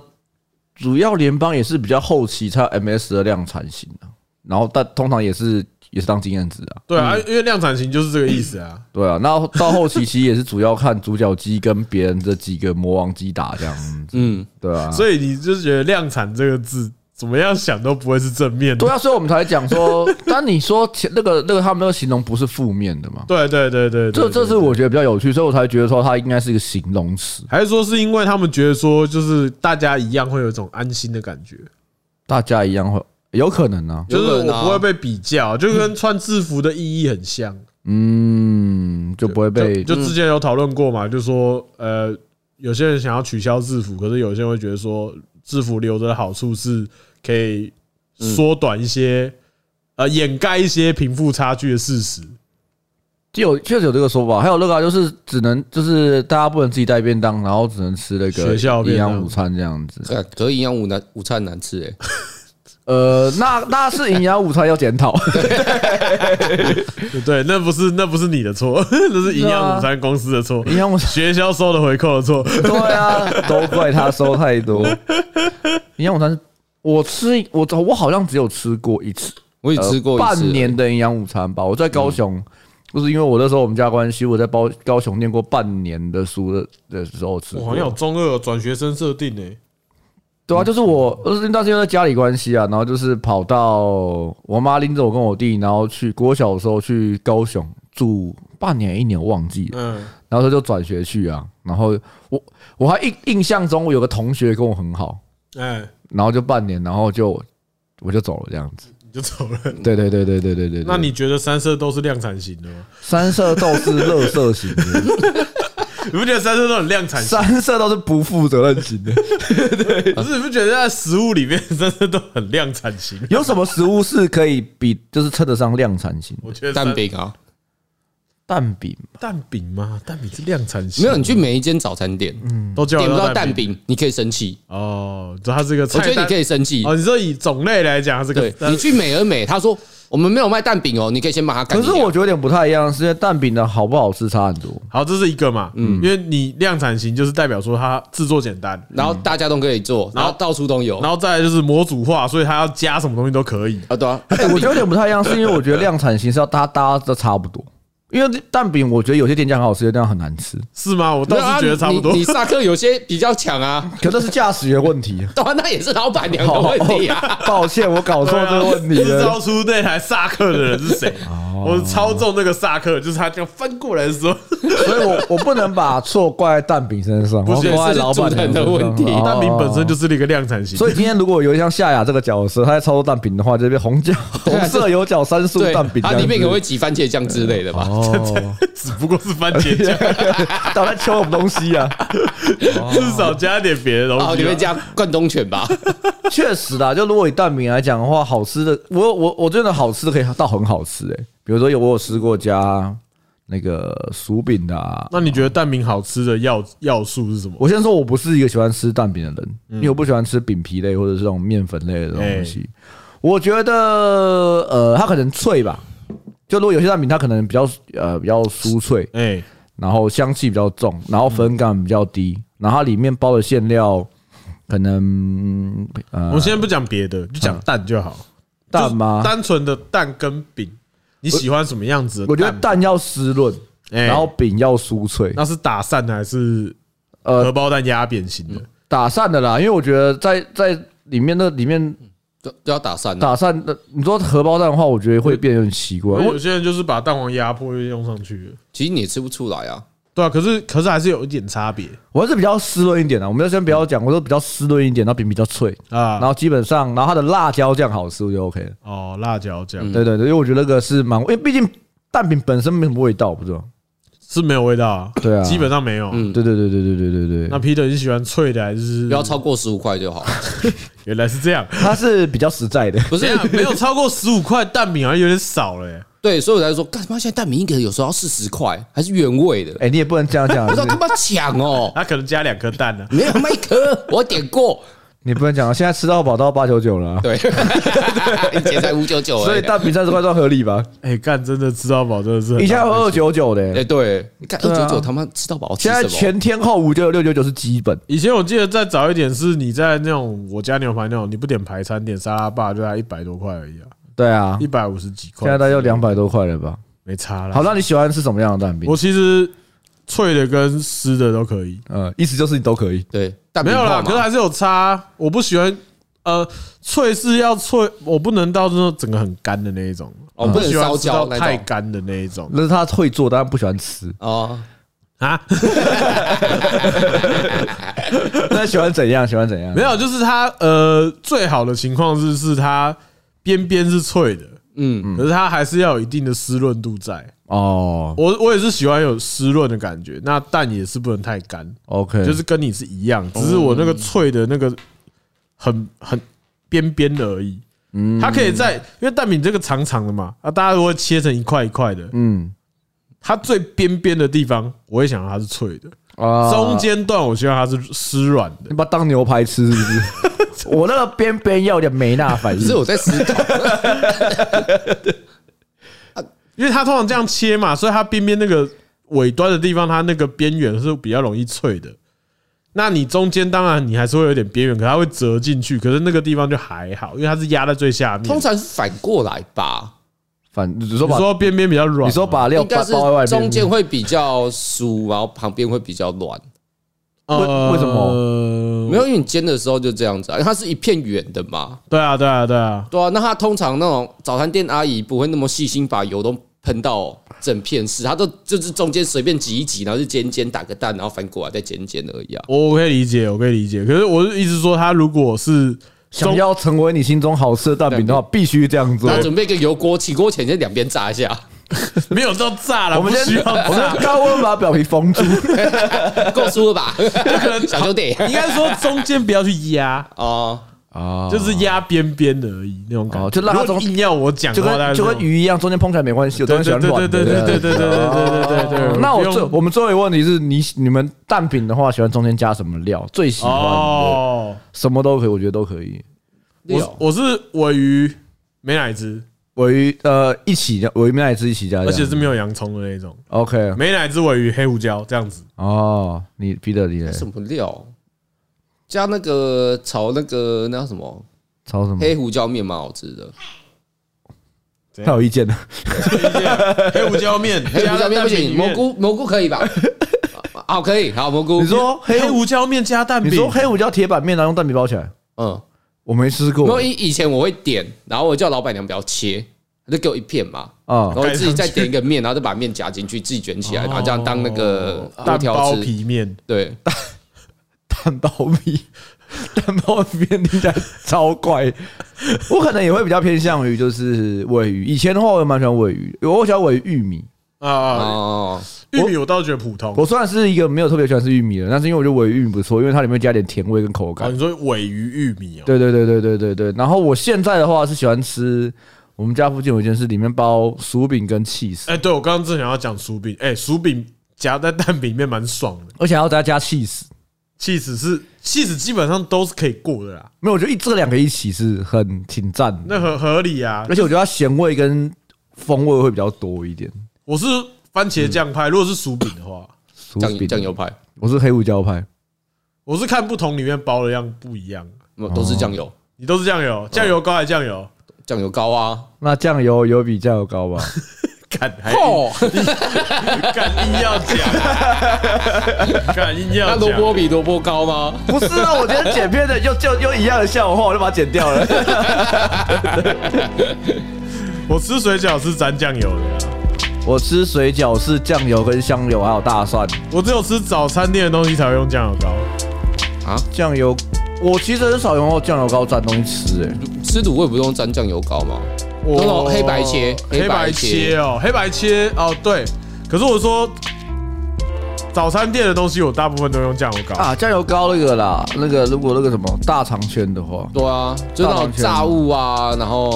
Speaker 2: 主要联邦也是比较后期才有 MS 的量产型啊，然后但通常也是也是当经验值啊，
Speaker 3: 对啊，
Speaker 1: 嗯
Speaker 3: 因为量产型就是这个意思啊。
Speaker 2: 对啊。那到后期其实也是主要看主角机跟别人的几个魔王机打这样子，
Speaker 1: 嗯，
Speaker 2: 对啊。
Speaker 3: 所以你就觉得“量产”这个字怎么样想都不会是正面
Speaker 2: 对
Speaker 3: 的。
Speaker 2: 啊，所以我们才讲
Speaker 3: [LAUGHS]
Speaker 2: 说，但你说前那个那个他们那个形容不是负面的嘛？
Speaker 1: 啊
Speaker 3: 对对对对，
Speaker 2: 这
Speaker 3: 对
Speaker 2: 这是我觉得比较有趣，所以我才觉得说它应该是一个形容词，
Speaker 3: 还是说是因为他们觉得说，就是大家一样会有一种安心的感觉，
Speaker 2: 大家一样会有可能啊。
Speaker 3: 就是
Speaker 1: 有可能
Speaker 3: 我
Speaker 1: 啊
Speaker 3: 不会被比较，就跟穿制服的意义很像。
Speaker 2: 嗯，就不会被
Speaker 3: 就就之前有讨论过嘛，就说呃，有些人想要取消制服，可是有些人会觉得说，制服留着的好处是可以
Speaker 2: 嗯
Speaker 3: 缩短一些，呃，掩盖一些贫富差距的事实。
Speaker 2: 就有确实有这个说法，还有那个啊就是只能就是大家不能自己带便当，然后只能吃那个
Speaker 3: 学校
Speaker 2: 营
Speaker 3: 便当
Speaker 2: 养午餐这样子。
Speaker 1: 啊可可以让午难午餐难吃哎，
Speaker 2: 呃，那那是营养午餐要检
Speaker 3: [LAUGHS]
Speaker 2: 讨，
Speaker 3: 对对，那不是那不是你的错， [LAUGHS] 那是
Speaker 2: 啊
Speaker 3: 营养午餐公司的错，
Speaker 2: 营养午餐
Speaker 3: 学校收的回扣的错。
Speaker 2: 对啊，都怪他收太多。营养午餐是我吃我我好像只有吃过一次
Speaker 1: 我也吃过一次
Speaker 2: 呃半年的营养午餐吧。我在高雄，就是因为我那时候我们家关系，我在包高雄念过半年的书的的时候吃过。
Speaker 3: [LAUGHS] 我好像有中二有转学生设定诶、
Speaker 2: 对啊，就是我，就是那是因为家里关系啊，然后就是跑到我妈拎着我跟我弟，然后去国小的时候去高雄住半年一年我忘记了，
Speaker 3: 嗯，
Speaker 2: 然后他就转学去啊，然后我我还印印象中我有个同学跟我很好，
Speaker 3: 哎，
Speaker 2: 然后就半年，然后就我就走了这样子。
Speaker 3: 你就走了。
Speaker 2: 对对对对对对对。
Speaker 3: 那你觉得三色豆是量产型的吗？
Speaker 2: 三色豆是乐色型的，
Speaker 3: 你不觉得三色豆很量产型？
Speaker 2: 三色豆是不负责任型的。
Speaker 3: [LAUGHS] 不是，你不觉得在食物里面三色豆很量产型？
Speaker 2: [LAUGHS] 有什么食物是可以比就是称得上量产型？
Speaker 3: 我觉得三
Speaker 1: 蛋饼啊，
Speaker 2: 蛋饼
Speaker 3: 蛋饼吗？蛋饼是量产型，嗯
Speaker 1: 没有你去每一间早餐店
Speaker 3: 都叫
Speaker 1: 点不
Speaker 3: 得
Speaker 1: 到
Speaker 3: 到
Speaker 1: 蛋饼，你可以生气，
Speaker 3: 哦。这它是一个
Speaker 1: 我
Speaker 3: 啊菜
Speaker 1: 觉
Speaker 3: 单，
Speaker 1: 得你可以生气。
Speaker 3: 哦。你说以种类来讲，它这个
Speaker 1: 对你去美而美，他说我们没有卖蛋饼哦，你可以先把它改。
Speaker 2: 可是我觉得有点不太一样，是因为蛋饼的好不好吃差很多。
Speaker 3: 好，这是一个嘛，嗯，因为你量产型就是代表说它制作简单，
Speaker 1: 然后大家都可以做，然后到处都有
Speaker 3: 然后再来就是模组化，所以它要加什么东西都可以。
Speaker 1: 啊，对啊，
Speaker 2: 哎，我觉得有点不太一样，是因为我觉得量产型是要搭搭的差不多。因为蛋饼，我觉得有些店家很好吃，有些店家很难吃，
Speaker 3: 是吗？我倒
Speaker 1: 没有啊
Speaker 3: 是觉得差不多
Speaker 1: 你。你萨克有些比较强啊， [LAUGHS]
Speaker 2: 可这是驾驶员问题。
Speaker 1: 对啊，那也是老板娘的
Speaker 3: 哦
Speaker 1: 问题啊。
Speaker 2: 抱歉，我搞错
Speaker 3: 对
Speaker 2: 这个问题
Speaker 3: 啊制造
Speaker 2: 了。
Speaker 3: 出那台萨克的人是谁？
Speaker 1: 哦
Speaker 3: 我操纵那个萨克，就是他这样翻过来的时候，
Speaker 2: 所以我我不能把错怪在蛋饼身上，我
Speaker 1: 不是
Speaker 2: 要怪在老板
Speaker 1: 是主人的问题
Speaker 2: 哦
Speaker 3: 蛋饼本身就是一个量产
Speaker 2: [LAUGHS]
Speaker 3: 型。
Speaker 2: 所以今天如果有一像夏雅这个角色，她在操作蛋饼的话，就变红椒、
Speaker 1: 对
Speaker 2: 红
Speaker 1: 啊
Speaker 2: 色有角三素
Speaker 1: 对
Speaker 2: 蛋饼，这
Speaker 1: 它
Speaker 2: 样子
Speaker 1: 里面可能会挤番茄酱之类的吧。
Speaker 2: [LAUGHS] 哦，
Speaker 3: 只不过是番茄
Speaker 2: [LAUGHS]
Speaker 3: 酱，
Speaker 2: 到底在敲什么东西啊？
Speaker 3: 至少加点别的东西吧。啊
Speaker 1: 哦，你们加关东犬吧？ [LAUGHS]
Speaker 2: 确实啦，就如果以蛋饼来讲的话，好吃的，我我我真的好吃的可以到很好吃诶、欸比如说有我有吃过加那个薯饼的、啊。
Speaker 3: 那你觉得蛋饼好吃的要要素是什么？
Speaker 2: 我先说，我不是一个喜欢吃蛋饼的人，因为我不喜欢吃饼皮类或者是这种面粉类的东西。我觉得，呃，它可能脆吧，就如果有些蛋饼它可能比较呃比较酥脆，
Speaker 3: 哎，
Speaker 2: 然后香气比较重，然后粉感比较低，然后它里面包的馅料可能
Speaker 3: 我
Speaker 2: 呃
Speaker 3: 们现在不讲别的，就讲蛋就好。
Speaker 2: 蛋吗
Speaker 3: 就是？单纯的蛋跟饼，你喜欢什么样子的？
Speaker 2: 我觉得，蛋要湿润，
Speaker 3: 哎
Speaker 2: 然后饼要酥脆，
Speaker 3: 那是打散的还是
Speaker 2: 呃
Speaker 3: 荷包蛋压扁型的？
Speaker 2: 打散的啦。因为我觉得在在里面那里面
Speaker 1: 都都要打散啊了。
Speaker 2: 打散的，你说荷包蛋的话，我觉得会变得有点奇怪。
Speaker 3: 因为
Speaker 2: 我
Speaker 3: 有些人就是把蛋黄压破又用上去了。
Speaker 1: 其实你也吃不出来啊。
Speaker 3: 对啊，可是可是还是有一点差别
Speaker 2: 我还是比较湿润一点的，啊我们就先不要讲，我说比较湿润一点，然后饼比较脆，
Speaker 3: 啊
Speaker 2: 然。后基本上，然后它的辣椒酱好吃，我就 OK 了。
Speaker 3: 哦，辣椒酱
Speaker 2: 对对对，因为我觉得那个是蛮，因为毕竟蛋饼本身没什么味道，不知道。
Speaker 3: 是没有味道啊，
Speaker 2: 对啊
Speaker 3: 基本上没有啊。
Speaker 1: 嗯
Speaker 2: 对对对对对对对对
Speaker 3: 那 Peter 你喜欢脆的还是
Speaker 1: 不？要超过十五块就
Speaker 3: [LAUGHS]
Speaker 1: 好，
Speaker 3: 原来是这样，
Speaker 2: 它是比较实在的。
Speaker 1: 不
Speaker 3: 不
Speaker 1: 是
Speaker 3: 没有超过十五块蛋饼好像有点少了、欸。
Speaker 1: 对，所以我才说，干他妈现在蛋饼一个有时候要四十块，还是原味
Speaker 3: [LAUGHS]
Speaker 1: 的，
Speaker 2: [LAUGHS] 哎，你也不能这样 [LAUGHS] 讲
Speaker 1: 不知，道他妈抢哦，
Speaker 3: 他可能加两颗蛋呢、
Speaker 1: 没有麦克， [LAUGHS] 我点过，
Speaker 2: 你不能讲，啊现在吃到饱到八九九了啊，
Speaker 1: [LAUGHS] 对，以前才五九九，欸
Speaker 2: 所以蛋饼三十块算合
Speaker 1: [LAUGHS]
Speaker 2: 理吧？
Speaker 3: 哎、干真的吃到饱真的是很
Speaker 2: 以前还有
Speaker 3: 浪费
Speaker 2: 二九九的
Speaker 1: 哎
Speaker 2: 欸，
Speaker 1: 对，你看
Speaker 2: 对
Speaker 1: 二
Speaker 2: 啊
Speaker 1: 九九他妈吃到饱，吃
Speaker 2: 现在
Speaker 1: 什么？
Speaker 2: 全天候五九九六九九是基本。
Speaker 3: 以前我记得再早一点是你在那种我家牛排那种，你不点排餐点沙拉吧，就才一百多块而已啊，
Speaker 2: 对啊
Speaker 3: 一，百五十几块，
Speaker 2: 现在大概两百多块了吧？
Speaker 3: 没差了。
Speaker 2: 好，，那你喜欢吃什么样的蛋饼
Speaker 3: 我？其实脆的跟湿的都可以，
Speaker 2: 呃，意思就是你都可以。
Speaker 1: 对，蛋
Speaker 3: 没
Speaker 1: 饼
Speaker 3: 有啦，
Speaker 1: 泡
Speaker 3: 可是
Speaker 1: 啊嘛，
Speaker 3: 还是有差啊。我不喜欢，呃，脆是要脆，我不能到那种整个很干的那一种，
Speaker 1: 哦，不能
Speaker 3: 喜欢
Speaker 1: 烧
Speaker 3: 吃到
Speaker 1: 焦那
Speaker 3: 太
Speaker 1: 种
Speaker 3: 干的那一种
Speaker 2: 那是他会做，但他不喜欢吃。
Speaker 1: 哦，
Speaker 3: 啊。
Speaker 2: [LAUGHS] 那喜欢怎样？喜欢怎样？
Speaker 3: 没有，就是它呃，最好的情况是是它边边是脆的，
Speaker 1: 嗯，
Speaker 3: 可是它还是要有一定的湿润度在。
Speaker 2: 哦
Speaker 3: 我我也是喜欢有湿润的感觉，那蛋也是不能太干，
Speaker 2: ，OK，
Speaker 3: 就是跟你是一样，只是我那个脆的那个很很边边的而已。
Speaker 2: 嗯
Speaker 3: 它可以在，因为蛋饼这个长长的嘛，啊，大家如果切成一块一块的，
Speaker 2: 嗯
Speaker 3: 它最边边的地方，我会想到它是脆的，
Speaker 2: 啊
Speaker 3: 中间段我希望它是湿软的
Speaker 2: 你。把它当牛排吃是不是？ [LAUGHS] 我那个边边要有点没那反
Speaker 1: 只是
Speaker 2: 应。
Speaker 1: 我在思
Speaker 2: 嗯
Speaker 1: 考，
Speaker 3: 因为它通常这样切嘛，所以它边边那个尾端的地方，它那个边缘是比较容易脆的。那你中间当然你还是会有点边缘，可它会折进去，可是那个地方就还好，因为它是压在最下面。
Speaker 1: 通常是反过来吧，
Speaker 2: 反你说
Speaker 3: 你
Speaker 2: 把
Speaker 3: 说边边比较软，
Speaker 2: 你说把料
Speaker 1: 应该
Speaker 2: 包
Speaker 1: 是
Speaker 2: 包在外面，
Speaker 1: 中间会比较酥，然后旁边会比较软。
Speaker 3: 呃
Speaker 2: 为为什
Speaker 3: 么
Speaker 1: 没有，因为你煎的时候就这样子啊，因为它是一片圆的嘛。
Speaker 3: 呃对啊，对啊，对啊，
Speaker 1: 对啊，那它通常那种早餐店阿姨不会那么细心把油都喷到整片是，她都就是中间随便挤一挤，然后就煎煎打个蛋，然后翻过来再煎煎而已啊。
Speaker 3: 我我可以理解，我可以理解。可是我是一直说，它如果是
Speaker 2: 想
Speaker 3: 中
Speaker 2: 要成为你心中好吃的蛋饼的话，必须这样做
Speaker 1: 然。后准备一个油锅，起锅前先两边炸一下，
Speaker 3: 没有到炸 [LAUGHS] 了，
Speaker 2: 我们
Speaker 3: 不需
Speaker 2: 先
Speaker 3: 要
Speaker 2: 我们
Speaker 3: 炸
Speaker 2: 先。高温把表皮封住，
Speaker 1: 够酥了
Speaker 2: [LAUGHS]
Speaker 1: 吧？小兄弟
Speaker 3: 应该说中间不要去压，
Speaker 1: 哦，
Speaker 2: 啊
Speaker 3: 就是压边边的而已那种感觉。
Speaker 2: 哦就让它
Speaker 3: 如果
Speaker 2: 中
Speaker 3: 硬要我讲
Speaker 2: 就
Speaker 3: 的话，大概
Speaker 2: 跟
Speaker 3: 是
Speaker 2: 就
Speaker 3: 这
Speaker 2: 跟
Speaker 3: 种
Speaker 2: 鱼一样，中间碰起来没关系，我
Speaker 3: 对
Speaker 2: 都
Speaker 3: 对
Speaker 2: 很喜
Speaker 3: 对
Speaker 2: 欢
Speaker 3: 对
Speaker 2: 软
Speaker 3: 对
Speaker 2: 的。
Speaker 3: 对对对对对对对对。
Speaker 2: 哦那
Speaker 3: 不
Speaker 2: 我
Speaker 3: 用
Speaker 2: 最我们最后一个问题是你你们蛋饼的话，喜欢中间加什么料？最喜欢的
Speaker 3: 哦，
Speaker 2: 什么都可以，我觉得都可以。
Speaker 3: 我我是尾鱼，没奶汁，
Speaker 2: 尾鱼呃一起加，尾鱼面也是一起加这样，
Speaker 3: 而且是没有洋葱的那种，
Speaker 2: OK
Speaker 3: 没奶汁尾鱼黑胡椒这样子。
Speaker 2: 哦。你 Peter 你嘞
Speaker 1: 什么料？加那个炒那个那叫什么
Speaker 2: 炒什么？
Speaker 1: 黑胡椒面蛮好吃的，
Speaker 2: 他有意见的，
Speaker 3: 黑胡椒面，
Speaker 1: 黑胡椒面不行，蘑
Speaker 3: 蘑菇，
Speaker 1: 菇蘑菇可
Speaker 3: [LAUGHS]
Speaker 1: 以吧？啊好，可以，好蘑菇。
Speaker 2: 你说黑
Speaker 3: 黑
Speaker 2: 胡
Speaker 3: 胡椒面加蛋
Speaker 2: 你
Speaker 3: 饼，
Speaker 2: 说黑胡椒铁板面，然后用蛋饼包起来，
Speaker 1: 嗯，
Speaker 2: 我没吃
Speaker 1: 因
Speaker 2: 过
Speaker 1: 为以前我会点，然后我叫老板娘不要切，她就给我一片嘛，
Speaker 2: 啊
Speaker 3: 哦
Speaker 1: 然。后自己再点一个面，然后再把面夹进去，自己卷起来，然后这样当那个
Speaker 3: 哦蛋
Speaker 1: 锅
Speaker 3: 包
Speaker 1: 条吃。
Speaker 3: 皮面，
Speaker 1: 对，
Speaker 2: 蛋包皮， [LAUGHS] 蛋包皮听起来超怪。我可能也会比较偏向于就是尾鱼，以前的话我也蛮喜欢尾鱼，我喜欢尾鱼玉米。
Speaker 3: 啊啊！
Speaker 1: 哦，
Speaker 3: 玉米我倒觉得普通。
Speaker 2: 我虽然是一个没有特别喜欢吃玉米的，但是因为我觉得尾鱼玉米不错，因为它里面加点甜味跟口
Speaker 3: 啊，
Speaker 1: 哦
Speaker 2: 感。
Speaker 3: 你说尾鱼玉米哦？
Speaker 2: 对对对对对对对。然后我现在的话是喜欢吃，我们家附近有一间是里面包薯饼跟 cheese，
Speaker 3: 哎，对，我刚刚正想要讲薯饼，哎，薯饼夹在蛋饼里面蛮爽的。
Speaker 2: 而且还要再加 cheese。
Speaker 3: 气死是气死，基本上都是可以过的啦，
Speaker 2: 没有，我觉得一这两个一起是很挺赞的，
Speaker 3: 那很合理啊
Speaker 2: 而。且我觉得它咸味跟风味会比较多一点。
Speaker 3: 我是番茄酱派，如果是薯饼的话，
Speaker 2: 薯
Speaker 1: 酱
Speaker 2: 饼
Speaker 1: 酱油派，
Speaker 2: 我是黑胡椒派。
Speaker 3: 我是看不同里面包的样不一样。
Speaker 1: 嗯都是酱油，
Speaker 3: 你都是酱油，酱油膏还酱油，
Speaker 1: 酱油膏啊。
Speaker 2: 那酱油有比酱油高吧？
Speaker 3: 敢还
Speaker 1: 哦，
Speaker 3: 敢硬要讲， [LAUGHS] 敢硬
Speaker 1: 那
Speaker 3: 要
Speaker 1: 萝卜
Speaker 3: 讲。
Speaker 1: 比萝卜高吗？
Speaker 2: [LAUGHS] 不是啊，我今天剪片的又就又一样的笑话，我就把它剪掉了。
Speaker 3: 我吃水饺是沾酱油的啊，
Speaker 2: [LAUGHS] 我吃水饺是酱油跟香油还有大蒜，
Speaker 3: 我只有吃早餐店的东西才会用酱油膏。
Speaker 2: 酱油我其实很少用酱油膏蘸东西吃、欸，
Speaker 1: 吃卤味不用沾酱油膏吗？那种
Speaker 3: 我
Speaker 1: 黑白切
Speaker 3: 黑
Speaker 1: 黑
Speaker 3: 白
Speaker 1: 白
Speaker 3: 切
Speaker 1: 切
Speaker 3: 哦，黑白切哦，对。可是我说，早餐店的东西我大部分都用酱油膏。
Speaker 2: 啊，酱油膏那个啦，那个如果那个什么大肠圈的话，
Speaker 1: 对啊，就那种炸物啊，然后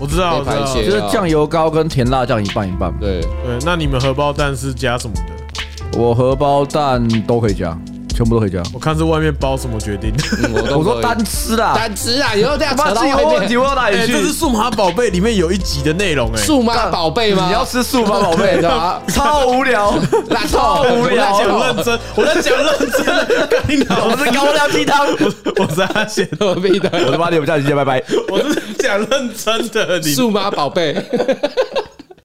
Speaker 3: 我知道，
Speaker 1: 黑
Speaker 3: 我知
Speaker 1: 白
Speaker 3: 道。
Speaker 1: 切
Speaker 2: 就是酱油膏跟甜辣酱一半一半。
Speaker 1: 对，
Speaker 3: 对，那你们荷包蛋是加什么的？
Speaker 2: 我荷包蛋都可以加，全部都可以加。
Speaker 3: 我看是外面包什么决定的。
Speaker 1: 嗯我都
Speaker 2: 我
Speaker 1: 可
Speaker 2: 说
Speaker 1: 以
Speaker 2: 单吃啦，
Speaker 1: 单吃啊，以后这样
Speaker 2: 他
Speaker 1: 扯
Speaker 2: 妈
Speaker 1: 到
Speaker 2: 自己
Speaker 1: 外
Speaker 2: 问问
Speaker 1: 面
Speaker 2: 题。问到哪
Speaker 3: 哎、
Speaker 2: 里
Speaker 3: 这是
Speaker 2: 去？
Speaker 3: 《数码宝贝》里面有一集的内容哎、
Speaker 1: 数码宝贝吗？[LAUGHS]
Speaker 2: 你要吃素吗，宝 [LAUGHS] 贝？
Speaker 1: 对啊，
Speaker 2: 超无 [LAUGHS] 聊，
Speaker 1: 烂
Speaker 2: 超
Speaker 1: 透
Speaker 2: 无聊
Speaker 1: 烂透
Speaker 3: 我认真，我在讲认真的，干你
Speaker 2: [LAUGHS] 我
Speaker 3: 老
Speaker 2: 们
Speaker 3: 师
Speaker 2: 是高粱鸡 [LAUGHS] 汤。
Speaker 3: 我是阿贤，
Speaker 1: 何必的？
Speaker 2: 我的妈！你们下期见，拜拜。
Speaker 3: 我是讲认真的，你
Speaker 1: 数码宝贝，